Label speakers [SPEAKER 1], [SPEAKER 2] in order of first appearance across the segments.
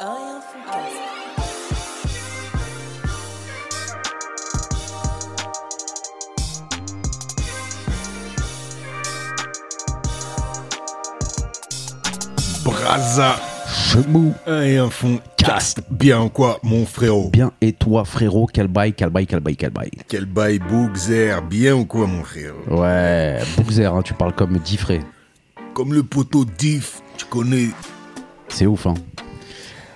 [SPEAKER 1] Rien Foodcast.
[SPEAKER 2] Braza,
[SPEAKER 3] Chemou.
[SPEAKER 2] et un fond cast. Bien ou quoi, mon frérot
[SPEAKER 3] Bien, et toi, frérot, quel bail, quel bail, quel bail, quel bail.
[SPEAKER 2] Quel bail Bougzer, bien ou quoi, mon frérot
[SPEAKER 3] Ouais, Bookzer, hein, tu parles comme Diffré.
[SPEAKER 2] Comme le poteau diff, tu connais.
[SPEAKER 3] C'est ouf, hein.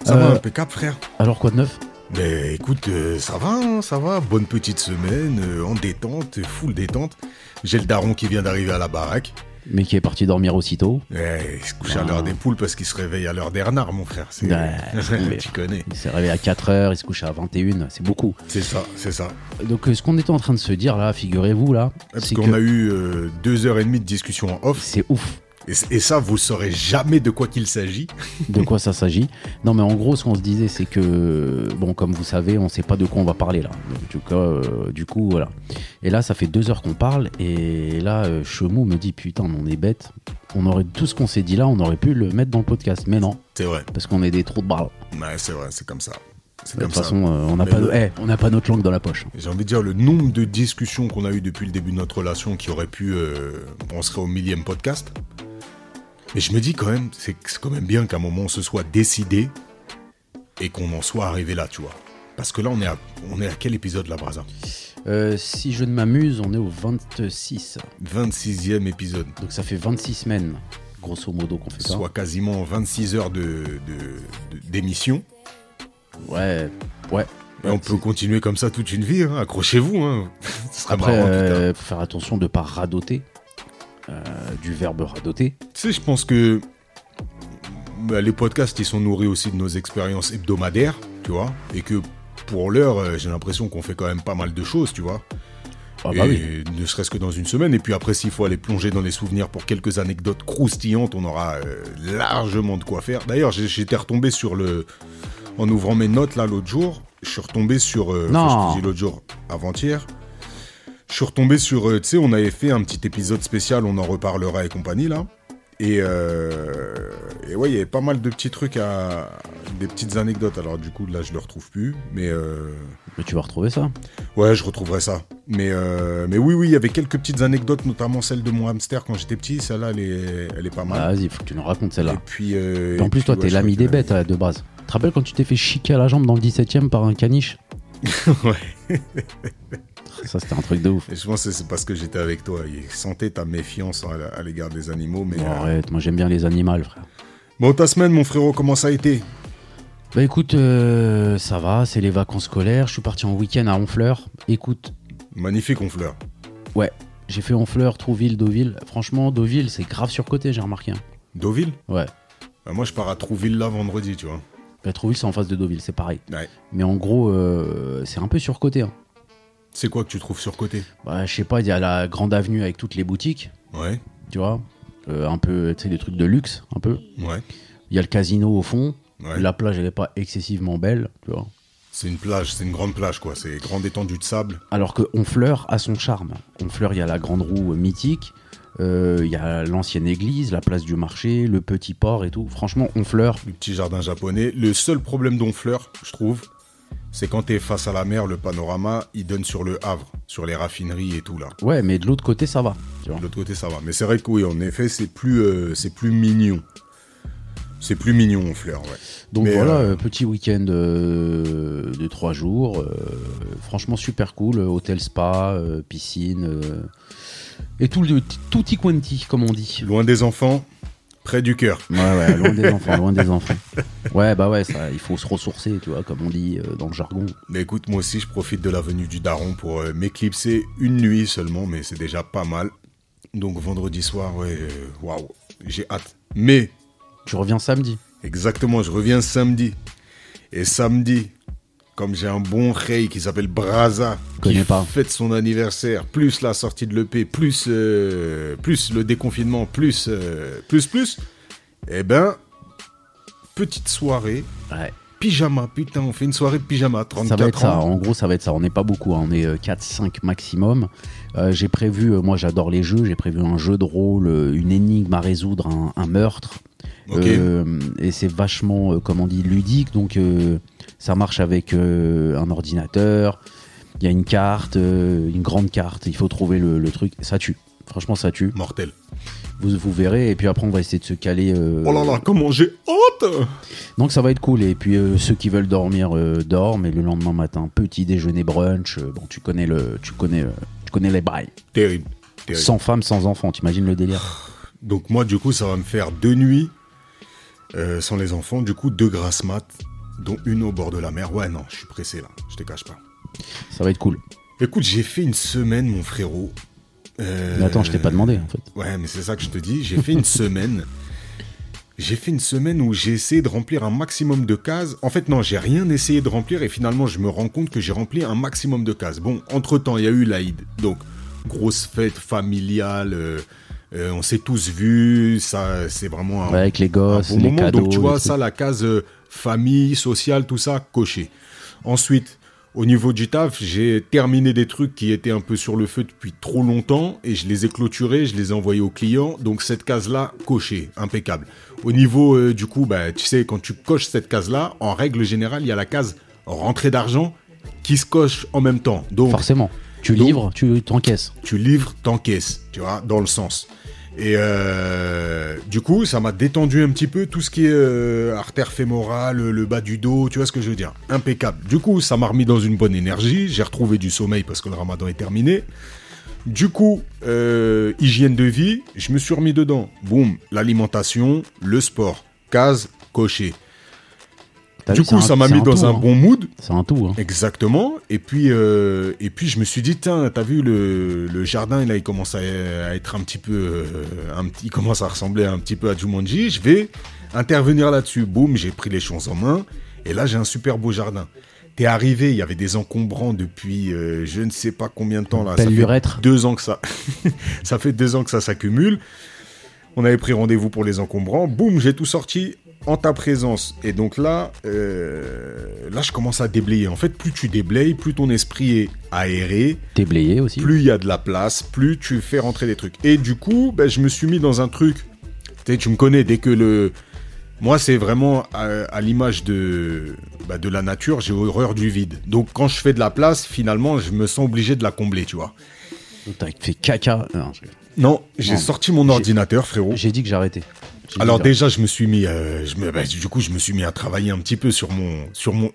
[SPEAKER 2] Ça
[SPEAKER 3] Euh.
[SPEAKER 2] va, impeccable, frère
[SPEAKER 3] Alors, quoi de neuf
[SPEAKER 2] Mais écoute, euh, ça va, hein, ça va. Bonne petite semaine, euh, en détente, euh, full détente. J'ai le daron qui vient d'arriver à la baraque.
[SPEAKER 3] Mais qui est parti dormir aussitôt.
[SPEAKER 2] Eh, il se couche à
[SPEAKER 3] Ah.
[SPEAKER 2] l'heure des poules parce qu'il se réveille à l'heure des renards, mon frère. C'est-
[SPEAKER 3] Ouais, mais-
[SPEAKER 2] tu connais.
[SPEAKER 3] Il s'est réveillé à 4h, il se couche à 21, c'est beaucoup.
[SPEAKER 2] C'est ça, c'est ça.
[SPEAKER 3] Donc, euh, ce qu'on était en train de se dire là, figurez-vous là,
[SPEAKER 2] Parce
[SPEAKER 3] c'est
[SPEAKER 2] qu'on
[SPEAKER 3] que
[SPEAKER 2] a eu euh, deux heures et demie de discussion en off.
[SPEAKER 3] c'est ouf
[SPEAKER 2] Et, et ça, vous saurez jamais de quoi qu'il s'agit.
[SPEAKER 3] de quoi ça s'agit. Non, mais en gros, ce qu'on se disait, c'est que, bon, comme vous savez, on sait pas de quoi on va parler là. Donc, du, coup, euh, du coup, voilà. Et là, ça fait deux heures qu'on parle, et là, euh, Chemou me dit Putain, mais on est bête. On aurait tout ce qu'on s'est dit là, on aurait pu le mettre dans le podcast. Mais non,
[SPEAKER 2] C'est vrai.
[SPEAKER 3] parce qu'on est des trous de barre.
[SPEAKER 2] Ouais, c'est vrai, c'est comme ça. C'est
[SPEAKER 3] De
[SPEAKER 2] comme
[SPEAKER 3] toute
[SPEAKER 2] ça.
[SPEAKER 3] façon, euh, on n'a
[SPEAKER 2] Mais
[SPEAKER 3] pas,
[SPEAKER 2] le-
[SPEAKER 3] no- eh, on n'a pas notre langue dans la poche.
[SPEAKER 2] J'ai envie de dire le nombre de discussions qu'on a eues depuis le début de notre relation qui aurait pu. euh, on serait au millième podcast. Mais je me dis quand même, c'est c'est quand même bien qu'à un moment on se soit décidé et qu'on en soit arrivé là, tu vois. Parce que là, on est à, on est à quel épisode là, Braza
[SPEAKER 3] Euh, si je ne m'amuse, on est au 26.
[SPEAKER 2] 26e épisode.
[SPEAKER 3] Donc ça fait 26 semaines, grosso modo, qu'on fait ça.
[SPEAKER 2] Soit quasiment 26 heures d'émission. De, de- d'émission.
[SPEAKER 3] Ouais, ouais.
[SPEAKER 2] et on peut continuer comme ça toute une vie, hein. accrochez-vous. Hein. Ce serait
[SPEAKER 3] Après,
[SPEAKER 2] marrant, putain.
[SPEAKER 3] euh, faut faire attention de ne pas radoter. euh, du verbe radoter.
[SPEAKER 2] Tu sais, je pense que bah, les podcasts, ils sont nourris aussi de nos expériences hebdomadaires, tu vois, et que pour l'heure, euh, j'ai l'impression qu'on fait quand même pas mal de choses, tu vois.
[SPEAKER 3] Ah bah
[SPEAKER 2] et
[SPEAKER 3] oui.
[SPEAKER 2] ne serait-ce que dans une semaine, et puis après, s'il faut aller plonger dans les souvenirs pour quelques anecdotes croustillantes, on aura euh, largement de quoi faire. D'ailleurs, j'ai- j'étais retombé sur le. En ouvrant mes notes là l'autre jour, je suis retombé sur. euh,
[SPEAKER 3] Non.
[SPEAKER 2] enfin, je te dis l'autre jour, avant-hier. Je suis retombé sur. euh, tu sais, on avait fait un petit épisode spécial, on en reparlera et compagnie là. Et, euh, et ouais, il y avait pas mal de petits trucs à. des petites anecdotes. Alors du coup, là, je le retrouve plus. Mais euh,
[SPEAKER 3] Mais tu vas retrouver ça.
[SPEAKER 2] ouais, je retrouverai ça. Mais, euh, mais oui, oui, il y avait quelques petites anecdotes, notamment celle de mon hamster quand j'étais petit. Celle-là, elle est, elle est pas mal.
[SPEAKER 3] Bah, Vas-y, faut que tu nous racontes
[SPEAKER 2] et
[SPEAKER 3] celle-là.
[SPEAKER 2] puis. euh,
[SPEAKER 3] Ah, En
[SPEAKER 2] et
[SPEAKER 3] plus,
[SPEAKER 2] puis,
[SPEAKER 3] toi,
[SPEAKER 2] ouais,
[SPEAKER 3] t'es
[SPEAKER 2] je
[SPEAKER 3] l'ami
[SPEAKER 2] crois
[SPEAKER 3] des
[SPEAKER 2] que-
[SPEAKER 3] bêtes euh, de base. Tu te rappelles quand tu t'es fait chiquer à la jambe dans le 17 e par un caniche Ouais. Ça, c'était un truc de ouf.
[SPEAKER 2] Et je pense que c'est parce que j'étais avec toi. Et sentais ta méfiance à, à l'égard des animaux. Mais,
[SPEAKER 3] Bon,
[SPEAKER 2] euh,
[SPEAKER 3] arrête, moi j'aime bien les animaux, frère.
[SPEAKER 2] Bon, ta semaine, mon frérot, comment ça a été
[SPEAKER 3] Bah écoute, euh, ça va, c'est les vacances scolaires. Je suis parti en week-end à Honfleur. Écoute,
[SPEAKER 2] Magnifique, Honfleur.
[SPEAKER 3] j'ai fait Honfleur, Trouville, Deauville. Franchement, Deauville, c'est grave surcoté, j'ai remarqué. hein.
[SPEAKER 2] Deauville
[SPEAKER 3] Ouais.
[SPEAKER 2] Bah, Moi, je pars à Trouville là vendredi, tu vois.
[SPEAKER 3] Bah, Trouville, c'est en face de Deauville, c'est pareil.
[SPEAKER 2] Ouais.
[SPEAKER 3] Mais en gros, euh, c'est un peu surcoté. hein.
[SPEAKER 2] C'est quoi que tu trouves surcoté
[SPEAKER 3] Bah, je sais pas, il y a la grande avenue avec toutes les boutiques,
[SPEAKER 2] Ouais,
[SPEAKER 3] tu vois. Euh, un peu, tu sais, des trucs de luxe, un peu.
[SPEAKER 2] ouais,
[SPEAKER 3] Il y a le casino au fond.
[SPEAKER 2] ouais.
[SPEAKER 3] La plage, elle est pas excessivement belle, tu vois.
[SPEAKER 2] C'est une plage, c'est une grande plage, quoi. C'est grande étendue de sable.
[SPEAKER 3] Alors que Honfleur a son charme. Honfleur, il y a la grande roue mythique, euh, il y a l'ancienne église, la place du marché, le petit port et tout. Franchement, Honfleur,
[SPEAKER 2] Le petit jardin japonais. Le seul problème d'Honfleur, je trouve, c'est quand t'es face à la mer, le panorama, il donne sur le Havre, sur les raffineries et tout, là.
[SPEAKER 3] ouais, mais de l'autre côté, ça va. tu vois.
[SPEAKER 2] De l'autre côté, ça va. Mais c'est vrai que oui, en effet, c'est plus, euh, c'est plus mignon. C'est plus mignon, Honfleur, ouais.
[SPEAKER 3] Donc
[SPEAKER 2] Mais,
[SPEAKER 3] voilà,
[SPEAKER 2] euh,
[SPEAKER 3] euh, petit week-end euh, de trois jours. euh, franchement, super cool. euh, Hôtel spa, euh, piscine. euh, et tout le tout quanti, comme on dit.
[SPEAKER 2] Loin des enfants, près du cœur.
[SPEAKER 3] Ouais, ouais, loin des enfants, loin des enfants. Ouais, bah ouais, ça, il faut se ressourcer, tu vois, comme on dit euh, dans le jargon.
[SPEAKER 2] Mais écoute, moi aussi, je profite de la venue du daron pour euh, m'éclipser une nuit seulement, mais c'est déjà pas mal. Donc vendredi soir, ouais, euh, waouh, j'ai hâte. Mais,
[SPEAKER 3] Tu reviens samedi.
[SPEAKER 2] exactement, je reviens samedi. Et samedi, comme j'ai un bon rey qui s'appelle Braza, qui
[SPEAKER 3] Connais pas.
[SPEAKER 2] fête son anniversaire, plus la sortie de l'EP, plus, euh, plus le déconfinement, plus, euh, plus, plus, eh ben, petite soirée,
[SPEAKER 3] Ouais.
[SPEAKER 2] pyjama, putain, on fait une soirée pyjama, 34
[SPEAKER 3] ça va être
[SPEAKER 2] ans.
[SPEAKER 3] ça, en gros ça va être ça, on n'est pas beaucoup, hein. on est 4-5 maximum. Euh, j'ai prévu, euh, moi j'adore les jeux, j'ai prévu un jeu de rôle, euh, une énigme à résoudre, un, un meurtre.
[SPEAKER 2] Ok.
[SPEAKER 3] Euh, et c'est vachement, euh, comment on dit, ludique. Donc, euh, ça marche avec euh, un ordinateur. Il y a une carte, euh, une grande carte. Il faut trouver le, le truc. Ça tue. Franchement, ça tue.
[SPEAKER 2] Mortel.
[SPEAKER 3] Vous, vous verrez. Et puis après, on va essayer de se caler. euh,
[SPEAKER 2] Oh là là, comment j'ai honte
[SPEAKER 3] Donc, ça va être cool. Et puis, euh, ceux qui veulent dormir euh, dorment. Et le lendemain matin, petit déjeuner brunch. Euh, bon, tu connais le, tu connais, le- tu connais les bails.
[SPEAKER 2] Terrible. Terrible.
[SPEAKER 3] Sans femme, sans enfant. T'imagines le délire
[SPEAKER 2] Donc moi, du coup, ça va me faire deux nuits euh, sans les enfants. Du coup, deux grasses mat, dont une au bord de la mer. Ouais, non, je suis pressé là, je te cache pas. Ah.
[SPEAKER 3] Ça va être cool.
[SPEAKER 2] Écoute, j'ai fait une semaine, mon frérot. Euh,
[SPEAKER 3] Mais attends, je t'ai pas demandé en fait.
[SPEAKER 2] Ouais, mais c'est ça que je te dis. J'ai fait une semaine. J'ai fait une semaine où j'ai essayé de remplir un maximum de cases. En fait, non, j'ai rien essayé de remplir et finalement, je me rends compte que j'ai rempli un maximum de cases. Bon, entre-temps, il y a eu l'Aïd. Donc, grosse fête familiale. euh, euh, on s'est tous vus. Ça, c'est vraiment un,
[SPEAKER 3] Ouais, avec les
[SPEAKER 2] un
[SPEAKER 3] gosses,
[SPEAKER 2] bon
[SPEAKER 3] les
[SPEAKER 2] Ah, moment.
[SPEAKER 3] cadeaux.
[SPEAKER 2] Donc, tu
[SPEAKER 3] les
[SPEAKER 2] vois,
[SPEAKER 3] trucs.
[SPEAKER 2] ça, la case euh, famille, sociale, tout ça, coché. Ensuite, au niveau du taf, j'ai terminé des trucs qui étaient un peu sur le feu depuis trop longtemps et je les ai clôturés, je les ai envoyés aux clients. Donc, cette case-là, cochée, impeccable. Au niveau euh, du coup, bah, tu sais, quand tu coches cette case-là, en règle générale, il y a la case rentrée d'argent qui se coche en même temps. Donc,
[SPEAKER 3] Forcément. Tu
[SPEAKER 2] Donc-
[SPEAKER 3] livres, tu t'encaisses.
[SPEAKER 2] tu livres, t'encaisses, tu vois, dans le sens. Et euh, du coup, ça m'a détendu un petit peu tout ce qui est euh, artère fémorale, le bas du dos, tu vois ce que je veux dire. Impeccable. Du coup, ça m'a remis dans une bonne énergie, j'ai retrouvé du sommeil parce que le ramadan est terminé. Du coup, euh, hygiène de vie, je me suis remis dedans. Boum, l'alimentation, le sport, case cochée.
[SPEAKER 3] T'as
[SPEAKER 2] Du
[SPEAKER 3] vu,
[SPEAKER 2] coup,
[SPEAKER 3] c'est
[SPEAKER 2] ça
[SPEAKER 3] un-
[SPEAKER 2] m'a
[SPEAKER 3] c'est
[SPEAKER 2] mis dans
[SPEAKER 3] tout,
[SPEAKER 2] un
[SPEAKER 3] hein.
[SPEAKER 2] bon Ah, mood.
[SPEAKER 3] C'est un tout. hein.
[SPEAKER 2] Exactement. Et puis, euh, et puis je me suis dit, tiens, t'as vu le, le jardin, là, il commence à, à être un petit peu, euh, un petit, il commence à ressembler un petit peu à Jumanji. Je vais intervenir là-dessus. Boum, j'ai pris les choses en main. Et là, j'ai un super beau jardin. T'es arrivé, il y avait des encombrants depuis euh, je ne sais pas combien de temps là.
[SPEAKER 3] Belle
[SPEAKER 2] Ça fait
[SPEAKER 3] lurette.
[SPEAKER 2] deux ans que ça, ça fait deux ans que ça s'accumule. On avait pris rendez-vous pour les encombrants. Boum, j'ai tout sorti en ta présence. Et donc là, euh, là, je commence à déblayer. En fait, plus tu déblayes, plus ton esprit est aéré,
[SPEAKER 3] Déblayé aussi.
[SPEAKER 2] plus il y a de la place, plus tu fais rentrer des trucs. Et du coup, ben, je me suis mis dans un truc. Tu sais, tu me connais, dès que le. Moi, c'est vraiment à, à l'image de, bah, de la nature, j'ai horreur du vide. Donc, quand je fais de la place, finalement, je me sens obligé de la combler, tu vois.
[SPEAKER 3] T'as fait caca. Euh, Non, je-
[SPEAKER 2] Non, j'ai
[SPEAKER 3] Non.
[SPEAKER 2] sorti mon ordinateur, frérot.
[SPEAKER 3] J'ai dit que j'arrêtais. J'ai dit
[SPEAKER 2] Alors
[SPEAKER 3] que j'arrêtais.
[SPEAKER 2] déjà, je me suis mis, euh, je me- bah, du coup, je me suis mis à travailler un petit peu sur mon, sur mon,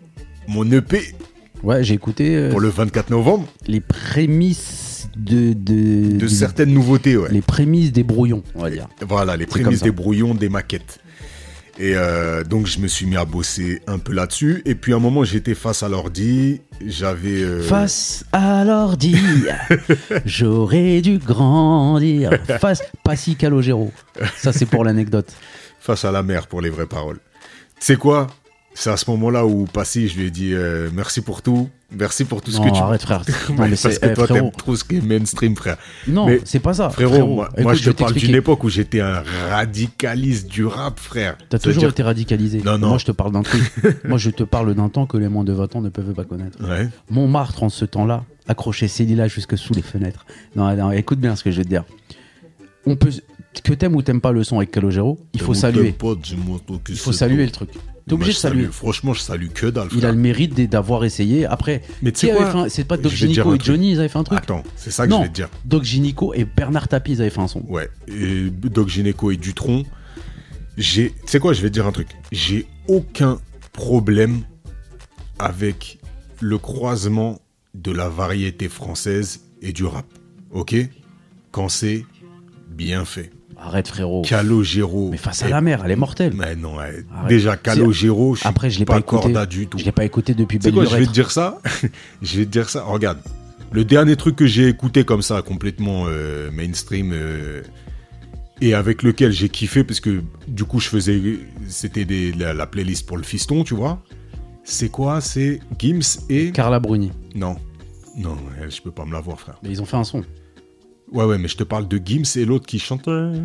[SPEAKER 2] mon EP
[SPEAKER 3] Ouais, j'ai écouté euh,
[SPEAKER 2] pour le 24 novembre
[SPEAKER 3] les prémices de. de,
[SPEAKER 2] de
[SPEAKER 3] du-
[SPEAKER 2] certaines nouveautés, ouais.
[SPEAKER 3] Les prémices des brouillons, on va dire.
[SPEAKER 2] Voilà, les
[SPEAKER 3] comme
[SPEAKER 2] prémices
[SPEAKER 3] ça.
[SPEAKER 2] des brouillons, des maquettes. Et euh, donc, je me suis mis à bosser un peu là-dessus. Et puis, à un moment, j'étais face à l'ordi. J'avais. euh,
[SPEAKER 3] Face à l'ordi, j'aurais dû grandir. Face. Pas si Calogero. Ça, c'est pour l'anecdote.
[SPEAKER 2] face à la mer pour les vraies paroles. C'est quoi C'est à ce moment-là où Passy, je lui ai dit euh, merci pour tout, merci pour tout ce
[SPEAKER 3] Non,
[SPEAKER 2] que tu.
[SPEAKER 3] arrête, frère. Non,
[SPEAKER 2] Ouais,
[SPEAKER 3] mais
[SPEAKER 2] parce
[SPEAKER 3] c'est.
[SPEAKER 2] que
[SPEAKER 3] eh,
[SPEAKER 2] toi,
[SPEAKER 3] frérot.
[SPEAKER 2] t'aimes trop ce qui est mainstream, frère.
[SPEAKER 3] Non,
[SPEAKER 2] Mais-
[SPEAKER 3] c'est pas ça.
[SPEAKER 2] Frérot, moi, moi, je
[SPEAKER 3] écoute,
[SPEAKER 2] te
[SPEAKER 3] vais
[SPEAKER 2] parle
[SPEAKER 3] t'expliquer.
[SPEAKER 2] d'une époque où j'étais un radicaliste du rap, frère.
[SPEAKER 3] T'as toujours
[SPEAKER 2] C'est-à-dire-
[SPEAKER 3] été radicalisé.
[SPEAKER 2] Non, non.
[SPEAKER 3] Moi, je te parle d'un truc. Moi, je te parle d'un temps que les moins de 20 ans ne peuvent pas connaître.
[SPEAKER 2] Ouais.
[SPEAKER 3] Montmartre, en ce temps-là, accrochait ses lilas jusque sous les fenêtres. Non, non, écoute bien ce que je vais te dire. On peut, que t'aimes ou t'aimes pas le son avec Calogero, il faut saluer. Il faut saluer le truc. T'es obligé de saluer.
[SPEAKER 2] Franchement, je salue que dalle,
[SPEAKER 3] Il a
[SPEAKER 2] frère.
[SPEAKER 3] le mérite d'é- d'avoir essayé. Après,
[SPEAKER 2] Mais tu
[SPEAKER 3] qui
[SPEAKER 2] sais
[SPEAKER 3] avait
[SPEAKER 2] quoi
[SPEAKER 3] fait un- c'est pas Doc
[SPEAKER 2] Je vais te dire
[SPEAKER 3] Ginico
[SPEAKER 2] un
[SPEAKER 3] et
[SPEAKER 2] truc. Ah.
[SPEAKER 3] Johnny, ils avaient fait un truc.
[SPEAKER 2] Attends, c'est ça que
[SPEAKER 3] non,
[SPEAKER 2] je vais te dire.
[SPEAKER 3] Doc Ginico et Bernard Tapie, ils avaient fait un son.
[SPEAKER 2] Ouais. Et Doc Gynéco et Dutron, j'ai. Tu sais quoi, je vais te dire un truc. J'ai aucun problème avec le croisement de la variété française et du rap. Ok Quand c'est bien fait.
[SPEAKER 3] Arrête, frérot.
[SPEAKER 2] Calogero.
[SPEAKER 3] Oh. Mais face à
[SPEAKER 2] est
[SPEAKER 3] la mer, elle est mortelle.
[SPEAKER 2] Eh. Mais non, ouais.
[SPEAKER 3] Arrête.
[SPEAKER 2] déjà Calogero, je suis
[SPEAKER 3] Ah Après, je l'ai pas,
[SPEAKER 2] pas,
[SPEAKER 3] écouté.
[SPEAKER 2] corda du tout.
[SPEAKER 3] Je l'ai pas écouté depuis Ben
[SPEAKER 2] Tu sais
[SPEAKER 3] Belle
[SPEAKER 2] quoi, je vais
[SPEAKER 3] Lurette.
[SPEAKER 2] te dire ça Je vais te dire ça. Regarde, le dernier truc que j'ai écouté comme ça, complètement euh, mainstream, euh, et avec lequel j'ai kiffé, parce que du coup, je faisais. C'était des- la, la playlist pour le fiston, tu vois. C'est quoi C'est Gims et.
[SPEAKER 3] Carla Bruni.
[SPEAKER 2] Non. Non, ouais, je peux pas me la voir, frère.
[SPEAKER 3] Mais ils ont fait un son.
[SPEAKER 2] Ouais, ouais, mais je te parle de Gims et l'autre qui chante. euh,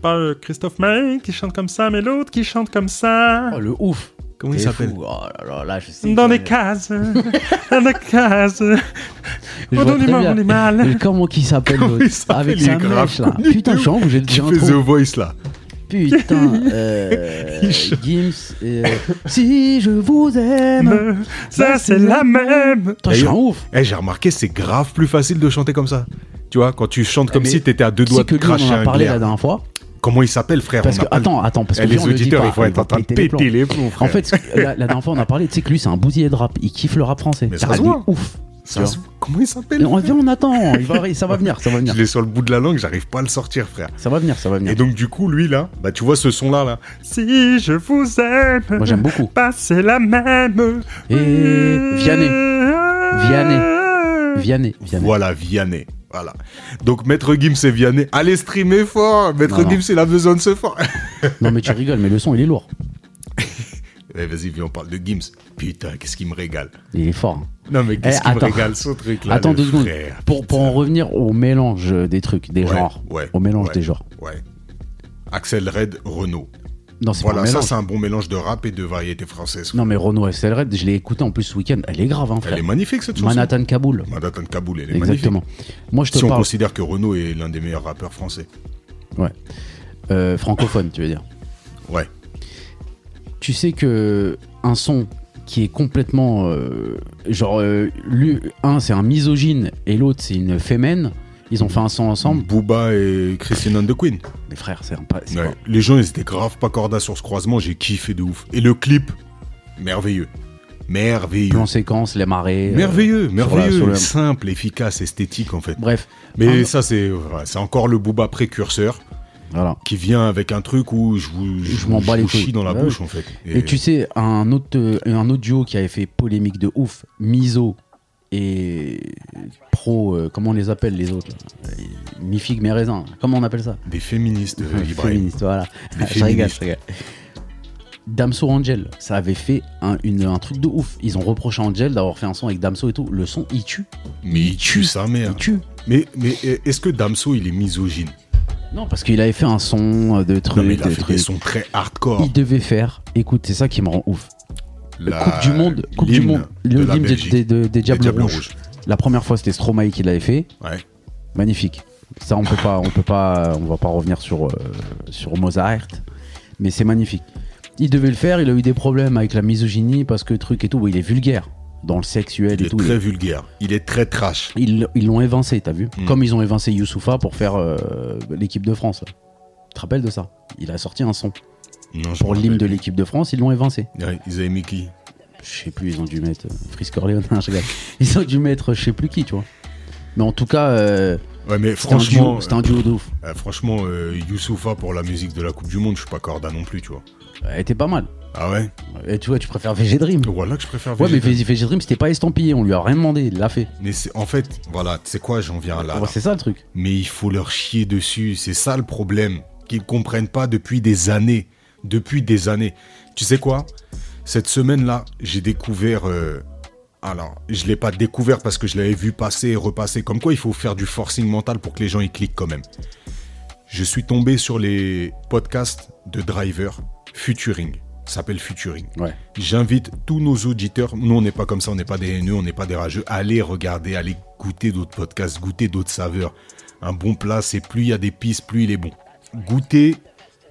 [SPEAKER 1] Pas euh, Christophe May qui chante comme ça, mais l'autre qui chante comme ça.
[SPEAKER 3] Oh, le ouf.
[SPEAKER 2] Ah. Comment
[SPEAKER 3] T'es
[SPEAKER 2] il s'appelle
[SPEAKER 3] fou. Oh là là, là, je sais.
[SPEAKER 1] Dans
[SPEAKER 3] les
[SPEAKER 1] les cases, dans les cases.
[SPEAKER 3] Je
[SPEAKER 1] Oh,
[SPEAKER 3] vois
[SPEAKER 1] dans
[SPEAKER 3] très
[SPEAKER 1] les mains,
[SPEAKER 3] bien.
[SPEAKER 1] dans les mâles.
[SPEAKER 3] Et Comment qu'il s'appelle
[SPEAKER 2] Comment
[SPEAKER 3] l'autre
[SPEAKER 2] il s'appelle,
[SPEAKER 3] Avec
[SPEAKER 2] il est
[SPEAKER 3] sa
[SPEAKER 2] grave
[SPEAKER 3] mèche là.
[SPEAKER 2] connu,
[SPEAKER 3] Putain, je suis en rouge, j'ai
[SPEAKER 2] Qui
[SPEAKER 3] déjà un
[SPEAKER 2] fait The
[SPEAKER 3] trou.
[SPEAKER 2] Voice là
[SPEAKER 3] Putain, euh,
[SPEAKER 1] Il chante.
[SPEAKER 3] Gims, et, euh, si je vous aime.
[SPEAKER 1] Me- Ça, c'est la même.
[SPEAKER 3] Putain, je suis un
[SPEAKER 2] D'ailleurs,
[SPEAKER 3] ouf.
[SPEAKER 2] Eh, j'ai remarqué, c'est grave plus facile de chanter comme ça. Tu vois, quand tu chantes comme
[SPEAKER 3] mais
[SPEAKER 2] si t'étais à deux doigts
[SPEAKER 3] C'est que
[SPEAKER 2] de
[SPEAKER 3] lui, on
[SPEAKER 2] cracher
[SPEAKER 3] en a
[SPEAKER 2] un
[SPEAKER 3] parlé
[SPEAKER 2] glaire.
[SPEAKER 3] la dernière fois.
[SPEAKER 2] Comment il s'appelle, frère
[SPEAKER 3] Parce
[SPEAKER 2] On
[SPEAKER 3] que,
[SPEAKER 2] a pas le-
[SPEAKER 3] attends, attends, parce que
[SPEAKER 2] Eh,
[SPEAKER 3] lui, on
[SPEAKER 2] les
[SPEAKER 3] le dit
[SPEAKER 2] auditeurs,
[SPEAKER 3] pas,
[SPEAKER 2] ils vont
[SPEAKER 3] on
[SPEAKER 2] être
[SPEAKER 3] va
[SPEAKER 2] en train de
[SPEAKER 3] péter les
[SPEAKER 2] péter les plombs,
[SPEAKER 3] En
[SPEAKER 2] frère.
[SPEAKER 3] fait, ce que- la, la dernière fois, on a parlé, tu sais que lui, c'est un bousillé de rap. Il kiffe le rap français.
[SPEAKER 2] Mais
[SPEAKER 3] T'as
[SPEAKER 2] ça se
[SPEAKER 3] des
[SPEAKER 2] voit.
[SPEAKER 3] ouf.
[SPEAKER 2] Ça se- comment il s'appelle
[SPEAKER 3] On, viens, on attend. Il va, ça va venir, ça va
[SPEAKER 2] Je
[SPEAKER 3] venir.
[SPEAKER 2] l'ai sur le bout de la langue, j'arrive pas à le sortir, frère.
[SPEAKER 3] Ça va venir, ça va venir.
[SPEAKER 2] Et donc, du coup, lui, là, bah, tu vois ce son-là, là.
[SPEAKER 1] Si je vous aime.
[SPEAKER 3] Moi, j'aime beaucoup.
[SPEAKER 1] Pas c'est la même.
[SPEAKER 3] Et Vianney.
[SPEAKER 1] Vianney.
[SPEAKER 3] Vianney. Vianney.
[SPEAKER 2] Voilà, Vianney. Voilà. Donc, Maître Gims et Vianney, allez streamer fort Maître
[SPEAKER 3] Non, non.
[SPEAKER 2] Gims, il a besoin de ce fort
[SPEAKER 3] Non, mais tu rigoles, mais le son, il est lourd.
[SPEAKER 2] Eh, Vas-y, viens, on parle de Gims. Putain, qu'est-ce qui me régale.
[SPEAKER 3] Il est fort. hein.
[SPEAKER 2] Non, mais qu'est-ce
[SPEAKER 3] Eh,
[SPEAKER 2] qui me
[SPEAKER 3] attends.
[SPEAKER 2] régale, ce truc-là.
[SPEAKER 3] Attends
[SPEAKER 2] le
[SPEAKER 3] deux secondes.
[SPEAKER 2] frère,
[SPEAKER 3] Pour,
[SPEAKER 2] putain.
[SPEAKER 3] pour en revenir au mélange des trucs, des
[SPEAKER 2] Ouais,
[SPEAKER 3] genres.
[SPEAKER 2] ouais,
[SPEAKER 3] au mélange
[SPEAKER 2] ouais.
[SPEAKER 3] des genres.
[SPEAKER 2] Ouais. Axel Red, Renault.
[SPEAKER 3] Non, c'est pas
[SPEAKER 2] Voilà,
[SPEAKER 3] un
[SPEAKER 2] ça
[SPEAKER 3] mélange.
[SPEAKER 2] c'est un bon mélange de rap et de variété française.
[SPEAKER 3] Non, mais Renault SLRed, je l'ai écouté en plus ce week-end. Elle est grave, hein, frère.
[SPEAKER 2] Elle est magnifique cette chanson.
[SPEAKER 3] Manhattan Kaboul.
[SPEAKER 2] Manhattan Kaboul, elle est
[SPEAKER 3] Exactement.
[SPEAKER 2] magnifique.
[SPEAKER 3] Moi, je te
[SPEAKER 2] Si on
[SPEAKER 3] parle
[SPEAKER 2] considère que Renault est l'un des meilleurs rappeurs français.
[SPEAKER 3] euh, francophone, tu veux dire.
[SPEAKER 2] Ouais.
[SPEAKER 3] Tu sais que un son qui est complètement euh, genre euh, lui, un c'est un misogyne et l'autre c'est une fémène. Ils ont fait un son ensemble.
[SPEAKER 2] Booba et Christina and the Queen.
[SPEAKER 3] Mais frère, c'est un pas. c'est
[SPEAKER 2] Mm. Ouais.
[SPEAKER 3] pas-
[SPEAKER 2] Les gens ils étaient grave pas corda sur ce croisement, j'ai kiffé de ouf. Et le clip, merveilleux. Merveilleux.
[SPEAKER 3] Plan séquence, les marées. euh,
[SPEAKER 2] merveilleux,
[SPEAKER 3] sur la-
[SPEAKER 2] merveilleux.
[SPEAKER 3] sur le- ah,
[SPEAKER 2] Simple, efficace, esthétique en fait.
[SPEAKER 3] Bref.
[SPEAKER 2] Mais
[SPEAKER 3] Un-
[SPEAKER 2] ça c'est voilà, c'est encore le Booba précurseur
[SPEAKER 3] Voilà.
[SPEAKER 2] qui vient avec un truc où je vous,
[SPEAKER 3] Je m'en bats les
[SPEAKER 2] vous chie
[SPEAKER 3] couilles.
[SPEAKER 2] dans la
[SPEAKER 3] Ouais,
[SPEAKER 2] bouche en fait.
[SPEAKER 3] Et tu sais, un autre, euh, un autre duo qui avait fait polémique de ouf, Miso et Pro, euh, comment on les appelle les autres là Euh, Mi figue, mes raisins. Comment on appelle ça
[SPEAKER 2] Des féministes, euh, Ibrahim.
[SPEAKER 3] Féministe, voilà.
[SPEAKER 2] Des
[SPEAKER 3] je rigole,
[SPEAKER 2] féministes.
[SPEAKER 3] je rigole. Damso Angel, ça avait fait un, une- un truc de ouf. Ils ont reproché à Angel d'avoir fait un son avec Damso et tout. Le son, il tue.
[SPEAKER 2] Mais il tue sa mère.
[SPEAKER 3] Il tue.
[SPEAKER 2] Mais, mais est-ce que Damso, il est misogyne
[SPEAKER 3] Non, parce qu'il avait fait un son euh, de trucs.
[SPEAKER 2] Non, mais il a
[SPEAKER 3] de
[SPEAKER 2] fait des
[SPEAKER 3] trucs.
[SPEAKER 2] sons très hardcore.
[SPEAKER 3] Il devait faire, écoute, c'est ça qui me rend ouf.
[SPEAKER 2] La
[SPEAKER 3] coupe du Monde, Coupe du
[SPEAKER 2] l'hymne
[SPEAKER 3] Monde,
[SPEAKER 2] de
[SPEAKER 3] le
[SPEAKER 2] la
[SPEAKER 3] l'hymne des,
[SPEAKER 2] Belgique.
[SPEAKER 3] des- des- des Diables,
[SPEAKER 2] Diables
[SPEAKER 3] Rouges.
[SPEAKER 2] Rouges.
[SPEAKER 3] La première fois, c'était Stromae qui l'avait fait.
[SPEAKER 2] Ouais.
[SPEAKER 3] Magnifique. Ça, on peut pas, on peut pas, on va pas revenir sur, euh, sur Mozart, mais c'est magnifique. Il devait le faire, il a eu des problèmes avec la misogynie parce que truc et tout. Bon, il est vulgaire dans le sexuel
[SPEAKER 2] Il
[SPEAKER 3] et
[SPEAKER 2] est
[SPEAKER 3] tout.
[SPEAKER 2] très vulgaire. Il est très trash.
[SPEAKER 3] Ils ils l'ont évincé, t'as vu
[SPEAKER 2] Mm.
[SPEAKER 3] Comme ils ont évincé Youssoufa pour faire euh, l'équipe de France. là. Tu te rappelles de ça Il a sorti un son
[SPEAKER 2] Non, je
[SPEAKER 3] pour
[SPEAKER 2] me
[SPEAKER 3] l'hymne de
[SPEAKER 2] rappelle.
[SPEAKER 3] l'équipe de France, ils l'ont évincé.
[SPEAKER 2] Ouais, ils avaient mis qui
[SPEAKER 3] Je sais plus, ils ont dû mettre euh, Frisk Orléans, je rigole. Ils ont dû mettre je sais plus qui, tu vois. Mais en tout cas, euh,
[SPEAKER 2] Ouais, mais
[SPEAKER 3] c'était un
[SPEAKER 2] franchement,
[SPEAKER 3] duo- c'était un, duo de ouf.
[SPEAKER 2] euh, franchement euh, Youssoupha pour la musique de la Coupe du Monde, je suis pas corda non plus, tu vois.
[SPEAKER 3] Elle était pas mal.
[SPEAKER 2] Ah ouais
[SPEAKER 3] Et tu vois, tu préfères VG Dream.
[SPEAKER 2] Voilà que je préfère
[SPEAKER 3] Ouais, mais
[SPEAKER 2] Vegeta.
[SPEAKER 3] VG VG Dream, c'était pas estampillé, on lui a rien demandé, il l'a fait.
[SPEAKER 2] Mais c'est- en fait, voilà, tu sais quoi, j'en viens là.
[SPEAKER 3] Ouais,
[SPEAKER 2] là.
[SPEAKER 3] c'est ça le truc.
[SPEAKER 2] mais il faut leur chier dessus. C'est ça le problème qu'ils comprennent pas depuis des années, depuis des années. Tu sais quoi Cette semaine-là, j'ai découvert. euh, Alors, je l'ai pas découvert parce que je l'avais vu passer et repasser. Comme quoi, il faut faire du forcing mental pour que les gens y cliquent quand même. Je suis tombé sur les podcasts de Driver Futuring. Ça s'appelle Futuring.
[SPEAKER 3] Ouais.
[SPEAKER 2] J'invite tous nos auditeurs, nous on n'est pas comme ça, on n'est pas des haineux, on n'est pas des rageux, allez regarder, allez goûter d'autres podcasts, goûter d'autres saveurs. Un bon plat, c'est plus il y a des pistes, plus il est bon. Goûter